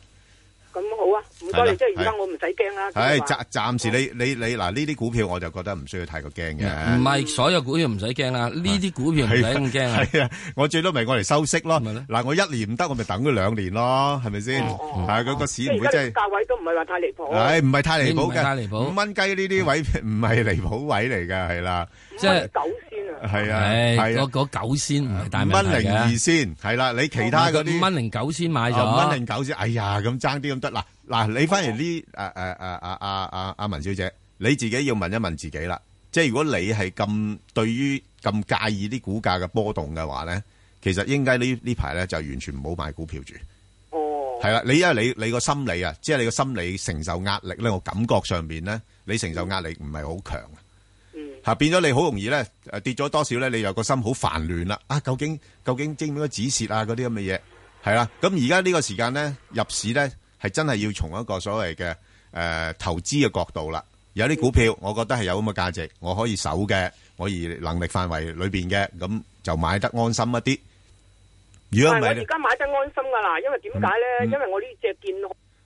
Speaker 16: 咁好啊，唔該
Speaker 1: 係啦
Speaker 16: 你，即係而家
Speaker 1: 係
Speaker 16: 我唔使驚啦。
Speaker 1: 唉，
Speaker 16: 即係
Speaker 1: 暫
Speaker 16: 話
Speaker 1: 暫時你你你嗱呢啲股票我就覺得唔需要太過驚嘅。
Speaker 2: 唔係所有股票唔使驚啦，呢啲股票唔使咁驚啊。
Speaker 1: 系啊，我最多咪我嚟收息咯。嗱，我一年唔得，我咪等佢兩年咯，係咪先？係啊嗰個市
Speaker 16: 哦即
Speaker 1: 唔
Speaker 16: 係
Speaker 1: 會
Speaker 16: 而家
Speaker 1: 真
Speaker 16: 呢
Speaker 1: 係
Speaker 16: 個價位都唔係話太離譜。
Speaker 1: 唉，唔係太離譜
Speaker 2: 你唔係太離
Speaker 1: 嘅，
Speaker 2: 譜
Speaker 1: 五蚊雞呢啲位唔係離譜位嚟㗎，係啦，
Speaker 2: 即係
Speaker 16: 九先啊，
Speaker 1: 係啊，
Speaker 2: 唉
Speaker 1: 係啊
Speaker 2: 嗰，嗰九仙唔係大
Speaker 1: 五
Speaker 2: 問
Speaker 1: 蚊
Speaker 2: 題嘅
Speaker 1: 零二先，係啦，你其他嗰啲
Speaker 2: 五蚊零九仙買
Speaker 1: 哦五蚊
Speaker 2: 咗
Speaker 1: 零，九先，哎呀，咁爭啲咁得嗱嗱，你反而呢誒誒誒誒阿阿阿文小姐，你自己要問一問自己啦，即係如果你係咁對於咁介意啲股價嘅波動嘅話咧，其實應該呢呢排咧就完全唔好買股票住。
Speaker 16: 哦，
Speaker 1: 係啦，你因為你你個心理啊，即係你個心理承受壓力咧，我感覺上邊咧，你承受壓力唔係好強啊。吓變咗你好容易咧，誒跌咗多少咧，你又個心好煩亂啦。啊，究竟究竟應唔應該止蝕啊？嗰啲咁嘅嘢係啦。咁而家呢個時間咧，入市咧係真係要從一個所謂嘅誒投資嘅角度啦。有啲股票，我覺得係有咁嘅價值，我可以守嘅，我而能力範圍裏邊嘅，咁就買得安心一啲。如果
Speaker 16: 但係
Speaker 1: 唔
Speaker 16: 我
Speaker 1: 係
Speaker 16: 而
Speaker 1: 呢，
Speaker 16: 家買得安心㗎啦，因為點解咧？
Speaker 1: 嗯嗯
Speaker 16: 因為我呢只建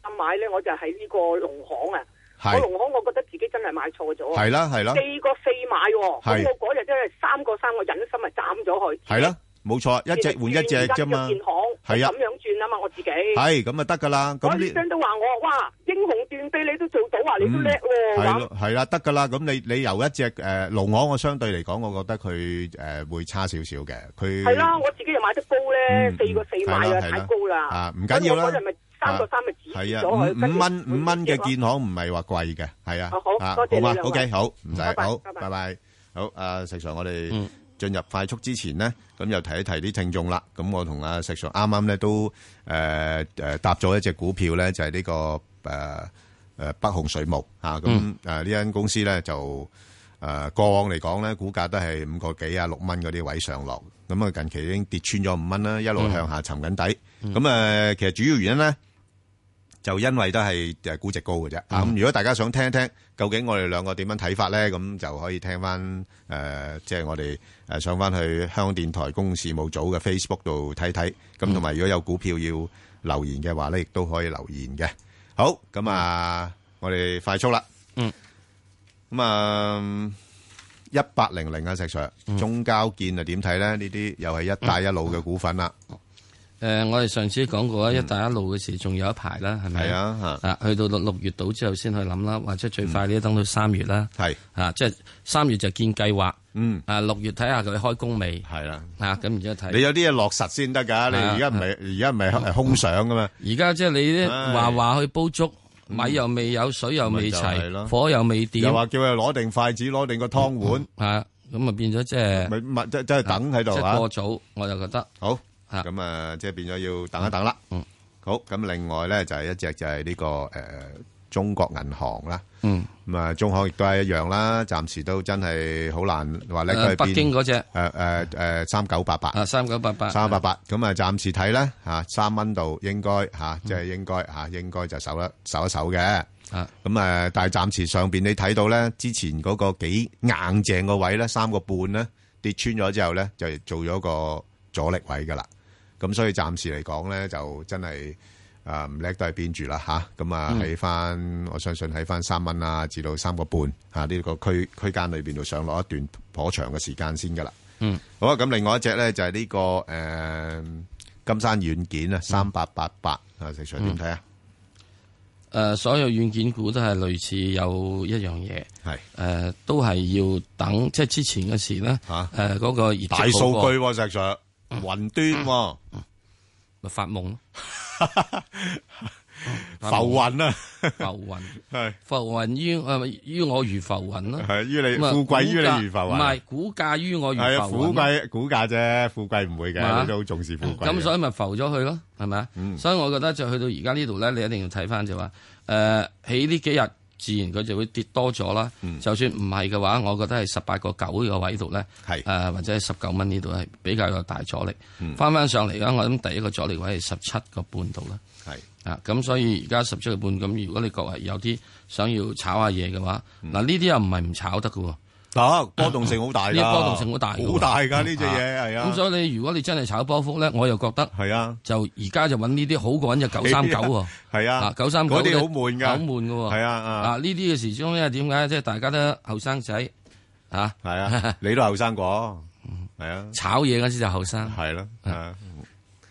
Speaker 16: 行買咧，我就喺呢個農行啊。我
Speaker 1: 係
Speaker 16: 農行，我覺得自己真係買錯咗啊。
Speaker 1: 係啦係啦
Speaker 16: 四個四買喎，
Speaker 1: 係
Speaker 16: 咁我嗰日真係三個三，我忍心啊斬咗佢。
Speaker 1: 係啦，冇錯，一隻換一隻啫嘛
Speaker 16: 轉而家呢個建。行
Speaker 1: 係啊
Speaker 16: 咁樣轉啊嘛，我自己。
Speaker 1: 係咁就得㗎啦。
Speaker 16: 我
Speaker 1: 咁呢
Speaker 16: 醫？生都話我哇，英雄斷臂你都做到啊，你都叻喎。
Speaker 1: 嗯係
Speaker 16: 咁
Speaker 1: 咯，係啦，得噶啦。咁你你由一隻誒龍鵝，我相對嚟講，我覺得佢誒會差少少嘅。佢
Speaker 16: 係啦，我自己又買得高咧，
Speaker 1: 嗯
Speaker 16: 四個四買
Speaker 1: 係
Speaker 16: 啊，
Speaker 1: 啦係啦
Speaker 16: 太高啦。
Speaker 1: 啊唔緊要啦
Speaker 16: 咁我嗰日咪三個三咪止蝕
Speaker 1: 係啊，
Speaker 16: 咗佢
Speaker 1: 五
Speaker 16: 跟
Speaker 1: 五
Speaker 16: 住
Speaker 1: 蚊五蚊嘅
Speaker 16: 換
Speaker 1: 建行唔係話貴嘅，係啊
Speaker 16: 哦。好
Speaker 1: 啊
Speaker 16: 多謝你
Speaker 1: 嘛
Speaker 16: 兩位
Speaker 1: OK，好，唔使
Speaker 16: 拜拜
Speaker 1: 好，
Speaker 16: 拜拜
Speaker 1: 拜拜。好，阿石 Sir，我哋進入快速之前呢，咁又提一提啲聽眾啦。咁我同阿石 Sir 啱啱咧都誒誒搭咗一隻股票咧，就係呢個誒。誒北控水務嚇，咁誒
Speaker 2: 嗯
Speaker 1: 呢間公司咧就誒呃過往嚟講咧，股價都係五個幾啊六蚊嗰啲位上落，咁啊近期已經跌穿咗五蚊啦，一路
Speaker 2: 嗯
Speaker 1: 向下沉緊底。
Speaker 2: 嗯
Speaker 1: 咁誒其實主要原因咧就因為都係誒估值高嘅啫。啊咁如果大家想聽一聽，究竟我哋兩個點樣睇法咧，咁就可以聽翻誒，即係我哋誒上翻去香港電台公共事務組嘅 Facebook 度睇睇。咁同埋如果有股票要留言嘅話咧，亦都可以留言嘅。好，咁啊，我哋快速啦。
Speaker 2: 嗯。
Speaker 1: 咁啊，一八零零啊，石 Sir，中交建啊點睇咧？呢啲又係一帶一路嘅股份啦。
Speaker 2: 诶，我哋上次講過啊啦，一帶一路嘅事仲有一排啦，係咪？
Speaker 1: 係啊，
Speaker 2: 啊，去到六六月度之後先去諗啦，或者最快呢等到三月啦。
Speaker 1: 係
Speaker 2: 啊，即係三月就見計劃。
Speaker 1: 嗯。
Speaker 2: 啊，六月睇下佢開工未？
Speaker 1: 係啦。
Speaker 2: 啊，咁然之後睇。
Speaker 1: 你有啲嘢落實先得㗎，你
Speaker 2: 係啊
Speaker 1: 而家唔係而家唔係係空想㗎嘛。
Speaker 2: 而家即係你
Speaker 1: 唉
Speaker 2: 啲話話去煲粥，米又未有，水又未
Speaker 1: 咪就係咯
Speaker 2: 齊，火又未點，
Speaker 1: 又話叫佢攞定筷子，攞定個湯碗。
Speaker 2: 啊，咁啊變咗即係
Speaker 1: 咪咪即即係等喺度
Speaker 2: 即係
Speaker 1: 啊
Speaker 2: 過早，我就覺得
Speaker 1: 好，咁啊，即係變咗要等一等啦。
Speaker 2: 嗯，
Speaker 1: 好，咁另外咧就係一隻就係呢個诶中國銀行啦。
Speaker 2: 嗯，
Speaker 1: 咁啊，中行亦都係一樣啦，暫時都真係好難話咧。佢
Speaker 2: 誒嗯啊北京嗰隻
Speaker 1: 诶诶诶三九八八
Speaker 2: 啊三九八八
Speaker 1: 三八八，咁啊暫時睇咧吓三蚊度應該吓，即係應該吓應該就守一守一守嘅。
Speaker 2: 嗯啊，
Speaker 1: 咁啊，但係暫時上邊你睇到咧，之前嗰個幾硬淨個位咧，三個半咧跌穿咗之後咧，就做咗個阻力位噶啦。咁所以暫時嚟講咧，就真係啊唔叻都係邊住啦吓，咁啊
Speaker 2: 嗯
Speaker 1: 喺翻，我相信喺翻三蚊啊，至到三個半啊呢個區區間裏邊度上落一段頗長嘅時間先噶啦。
Speaker 2: 嗯，
Speaker 1: 好啊，咁另外一隻咧就係呢、個誒、金山軟件啊，三八八八啊，石 Sir 點睇啊？
Speaker 2: 嗯誒所有軟件股都係類似有一樣嘢，
Speaker 1: 係
Speaker 2: 誒都係要等，即係之前嘅事咧，誒嗰個業績
Speaker 1: 大數據喎，石 Sir，雲端喎，
Speaker 2: 咪發夢咯，
Speaker 1: 浮雲啊，
Speaker 2: 浮雲
Speaker 1: 係
Speaker 2: 浮雲於誒於我如浮雲啦，
Speaker 1: 係於你
Speaker 2: 咁啊
Speaker 1: 富貴於
Speaker 2: 股價
Speaker 1: 你如浮雲
Speaker 2: 唔係股價於我如
Speaker 1: 係
Speaker 2: 浮
Speaker 1: 啊，
Speaker 2: 雲
Speaker 1: 富
Speaker 2: 啦
Speaker 1: 貴股價啫，富貴唔會嘅，
Speaker 2: 啊
Speaker 1: 你都好重視富貴嗯嘅。
Speaker 2: 咁所以咪浮咗佢咯，呃係咪啊？所以我覺得就去到而家呢度咧，你一定要睇翻就話誒，喺呢幾日自然佢就會跌多咗啦。
Speaker 1: 嗯
Speaker 2: 就算唔係嘅話，我覺得係十八個九呢個位度咧，
Speaker 1: 誒、
Speaker 2: 或者係十九蚊呢度係比較有大阻力
Speaker 1: 嗯。
Speaker 2: 翻翻上嚟咧，我諗第一個阻力位係十七個半度啦。
Speaker 1: 係
Speaker 2: 啊，咁所以而家十七個半咁，如果你各位有啲想要炒下嘢嘅話，嗱呢啲又唔係唔炒得嘅喎。
Speaker 1: 嗱，嗯波動性好大㗎
Speaker 2: 呢波動性好大㗎喎，
Speaker 1: 好大㗎呢隻嘢係啊
Speaker 2: 咁所以你如果你真係炒波幅咧，我又覺得
Speaker 1: 係啊，
Speaker 2: 就而家就揾呢啲好過揾只九三九喎，
Speaker 1: 係啊
Speaker 2: 九三九
Speaker 1: 嗰啲好悶㗎
Speaker 2: 好悶㗎喎，
Speaker 1: 係啊啊
Speaker 2: 啊呢啲嘅時鐘咧點解即係大家都後生仔啊，
Speaker 1: 係啊， 你都後生過，係啊，
Speaker 2: 炒嘢嗰時就後生，
Speaker 1: 係咯，啊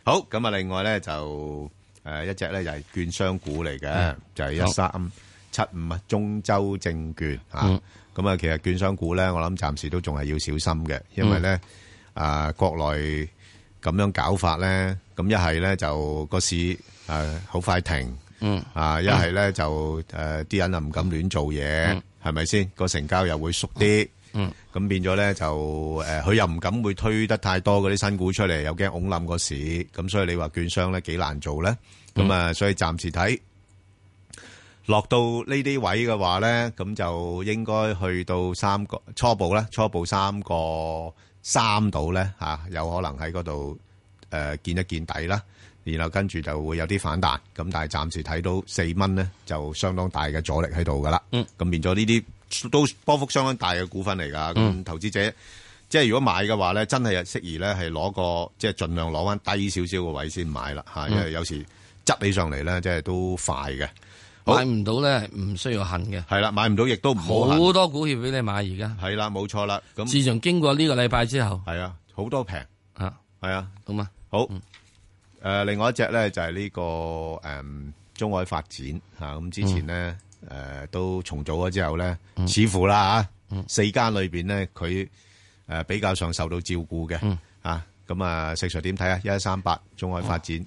Speaker 1: 好，咁啊，另外咧就誒一隻咧就係券商股嚟嘅
Speaker 2: 嗯，
Speaker 1: 就係一三七五啊，中州證券啊
Speaker 2: 嗯，
Speaker 1: 咁啊，其實券商股咧，我諗暫時都仲係要小心嘅，因為咧啊，國內咁樣搞法咧，咁一係咧就個市誒好快停。
Speaker 2: 嗯
Speaker 1: 啊，一係咧就誒啲人啊唔敢亂做嘢，係咪先？個成交又會縮啲，
Speaker 2: 嗯，
Speaker 1: 咁變咗咧就誒，佢又唔敢會推得太多嗰啲新股出嚟，又驚拱冧個市，咁所以你話券商咧幾難做咧，咁啊，所以暫時睇落到呢啲位嘅話咧，咁就應該去到三個初步啦，初步三個三度咧嚇，有可能喺嗰度誒見一見底啦，然後跟住就會有啲反彈，咁但係暫時睇到四蚊咧就相當大嘅阻力喺度噶啦，咁、變咗呢啲都波幅相當大嘅股份嚟㗎，咁、
Speaker 2: 嗯
Speaker 1: 投資者。即係如果買嘅話咧，真係適宜咧係攞個即係盡量攞翻低少少個位先買啦嚇，啊因為
Speaker 2: 嗯
Speaker 1: 有時執起上嚟咧，即係都快嘅。
Speaker 2: 買唔到咧唔需要恨嘅，
Speaker 1: 係啦，買唔到亦都唔好恨
Speaker 2: 好多股票俾你買而家，
Speaker 1: 係啦，冇錯啦，咁
Speaker 2: 自從經過呢個禮拜之後，
Speaker 1: 係啊，好多平
Speaker 2: 啊，
Speaker 1: 係啊，
Speaker 2: 咁啊，
Speaker 1: 好。誒，另外一隻咧就係呢個誒中海發展嚇，咁之前咧
Speaker 2: 嗯
Speaker 1: 誒都重組咗之後咧，似乎啦嚇四間裏邊咧佢誒比較上受到照顧
Speaker 2: 嗯
Speaker 1: 嘅嚇，咁啊石 Sir 點睇啊？一一三八中海發展
Speaker 2: 誒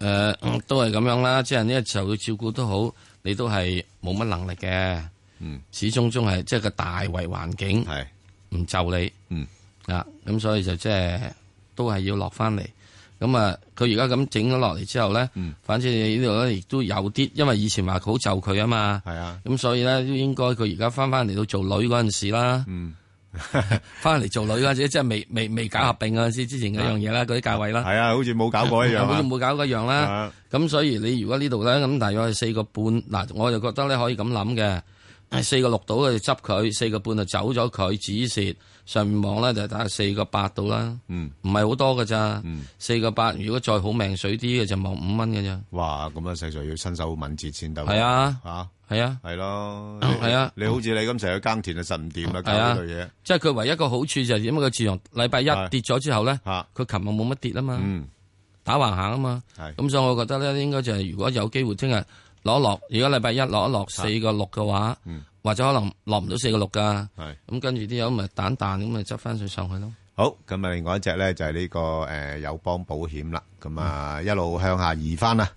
Speaker 2: 嗯都係咁樣啦，即係呢受到照顧都好，你都係冇乜能力嘅，
Speaker 1: 嗯，
Speaker 2: 始終終係即係個大圍環境
Speaker 1: 係
Speaker 2: 唔就你，
Speaker 1: 嗯
Speaker 2: 啊，咁所以就即係都係要落翻嚟。咁啊，佢而家咁整咗落嚟之後咧，
Speaker 1: 嗯
Speaker 2: 反正呢度咧亦都有啲，因為以前話好就佢啊嘛，
Speaker 1: 係啊，
Speaker 2: 咁所以咧都應該佢而家翻翻嚟到做女嗰陣時啦，
Speaker 1: 嗯，
Speaker 2: 翻嚟做女嗰陣時，即係未未未搞合併嗰陣時之前嗰樣嘢啦，嗰啲價位啦，
Speaker 1: 啊係啊，好似冇搞過一樣啊
Speaker 2: 好似冇搞過一樣啦
Speaker 1: 啊。
Speaker 2: 咁所以你如果呢度咧，咁大約係四個半，嗱，我就覺得咧可以咁諗嘅，四個六度就執佢，四個半就走咗佢止蝕，上面望咧就大概四個八度啦，
Speaker 1: 嗯，
Speaker 2: 唔係好多嘅咋，四個八，如果再好命水啲嘅就望五蚊嘅咋，
Speaker 1: 哇，咁啊石 Sir 要身手敏捷先得喎，
Speaker 2: 係啊
Speaker 1: 嚇。
Speaker 2: 係啊，
Speaker 1: 係咯，
Speaker 2: 係啊
Speaker 1: 你好似你咁成日去耕田就實唔掂啦，搞
Speaker 2: 係啊
Speaker 1: 呢類嘢。
Speaker 2: 即係佢唯一一個好處就係因為佢自從禮拜一
Speaker 1: 係
Speaker 2: 跌咗之後咧，
Speaker 1: 佢
Speaker 2: 琴日冇乜跌啊嘛，
Speaker 1: 嗯
Speaker 2: 打橫行啊嘛，
Speaker 1: 係
Speaker 2: 咁所以我覺得咧應該就係如果有機會聽日攞一落，如果禮拜一攞一落四個六嘅話，
Speaker 1: 嗯
Speaker 2: 或者可能落唔到四個六噶，咁跟住啲友咪蛋蛋咁咪執翻佢上去咯。
Speaker 1: 好，咁啊，另外一隻咧就係呢個誒友邦保險啦，咁啊一路向下移翻啦，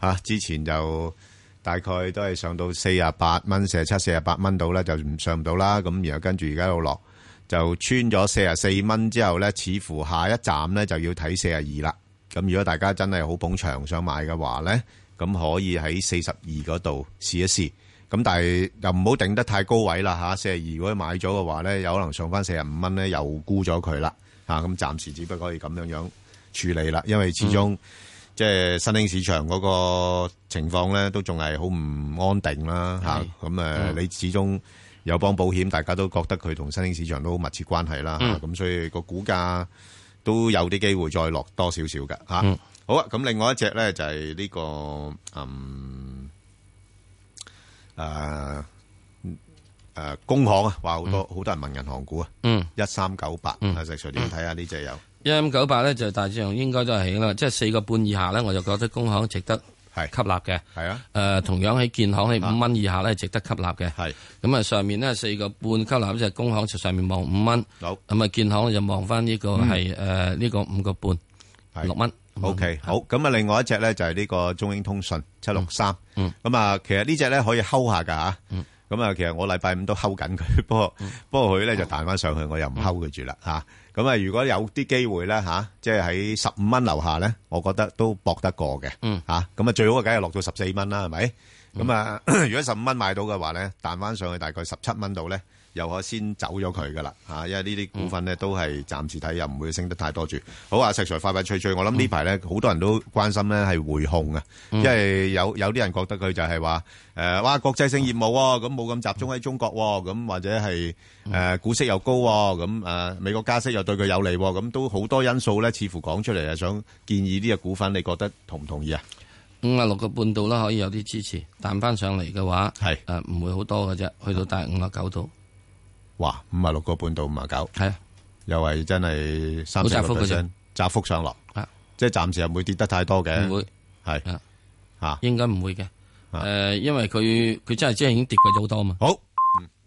Speaker 1: 吓之前就大概都係上到四啊八蚊、四啊七、四啊八蚊到啦，就唔上唔到啦，咁然後跟住而家一路落，就穿咗四啊四蚊之後咧，似乎下一站咧就要睇四啊二啦，咁如果大家真係好捧場想買嘅話咧，咁可以喺四十二嗰度試一試。咁但係又唔好定得太高位啦嚇，四十二如果買咗嘅話咧，有可能上翻四十五蚊咧，又沽咗佢啦嚇。咁、暫時只不過可以咁樣樣處理啦，因為始終、即係新興市場嗰個情況咧，都仲係好唔安定啦嚇。咁誒、
Speaker 2: 嗯
Speaker 1: 你始終友邦保險，大家都覺得佢同新興市場都好密切關係啦嚇。
Speaker 2: 嗯
Speaker 1: 咁、所以個股價都有啲機會再落多少少嘅嚇。
Speaker 2: 嗯
Speaker 1: 好啊，咁另外一隻咧就係、呢、個嗯。诶诶，工行啊，話好多好多人問銀行股啊，
Speaker 2: 嗯，
Speaker 1: 一三九八啊，石 Sir 點睇下呢只有？
Speaker 2: 一五九八咧就大致上應該都係起啦，即係四個半以下咧，我就覺得工行值得
Speaker 1: 吸
Speaker 2: 納嘅。
Speaker 1: 係啊，
Speaker 2: 誒同樣喺建行喺五蚊以下咧，值得吸納嘅。
Speaker 1: 係
Speaker 2: 咁啊，上面呢，四個半吸納就工行就上面望五蚊，
Speaker 1: 好嗯
Speaker 2: 咁啊建行就望翻呢個係誒呢個五個半六蚊。嗯
Speaker 1: O K，好，咁啊，另外一隻咧就係呢個中英通訊七六三，
Speaker 2: 嗯
Speaker 1: 咁啊，其實呢只咧可以睺下噶吓，咁啊，其實我禮拜五都睺緊佢， 不過
Speaker 2: 嗯
Speaker 1: 不過佢咧就彈翻上去，我又唔睺佢住啦吓，咁啊，如果有啲機會咧吓，即係喺十五蚊樓下咧，我覺得都搏得過嘅，
Speaker 2: 嗯
Speaker 1: 吓，咁啊，最好梗係落到十四蚊啦，係咪？ 咁啊，如果十五蚊買到嘅話咧，彈翻上去大概十七蚊度咧，又可先走咗佢噶啦嚇，因為呢啲股份咧都係暫時睇又唔會升得太多住。好啊，石 Sir 快快脆脆，我諗呢排咧好多人都關心咧係匯控啊，因為有有啲人覺得佢就係話誒，哇國際性業務喎，咁冇咁集中喺中國喎，咁或者係誒股息又高喎，咁誒美國加息又對佢有利喎，咁都好多因素咧，似乎講出嚟係想建議呢隻股份，你覺得同唔同意啊？
Speaker 2: 五啊六個半度啦，可以有啲支持，彈翻上嚟嘅話，
Speaker 1: 係
Speaker 2: 誒唔會好多嘅啫，去到大五啊九度，
Speaker 1: 哇，五啊六個半到五啊九，
Speaker 2: 係啊，
Speaker 1: 又係真係三
Speaker 2: 好
Speaker 1: 四
Speaker 2: 窄
Speaker 1: 個
Speaker 2: 幅嘅啫啊
Speaker 1: percent 窄幅上落，即係暫時又唔會跌得太多嘅，
Speaker 2: 唔會啊
Speaker 1: 係嚇，
Speaker 2: 應該唔會嘅。誒、因為佢佢真係真係已經跌貴咗好多嘛。
Speaker 1: 啊好，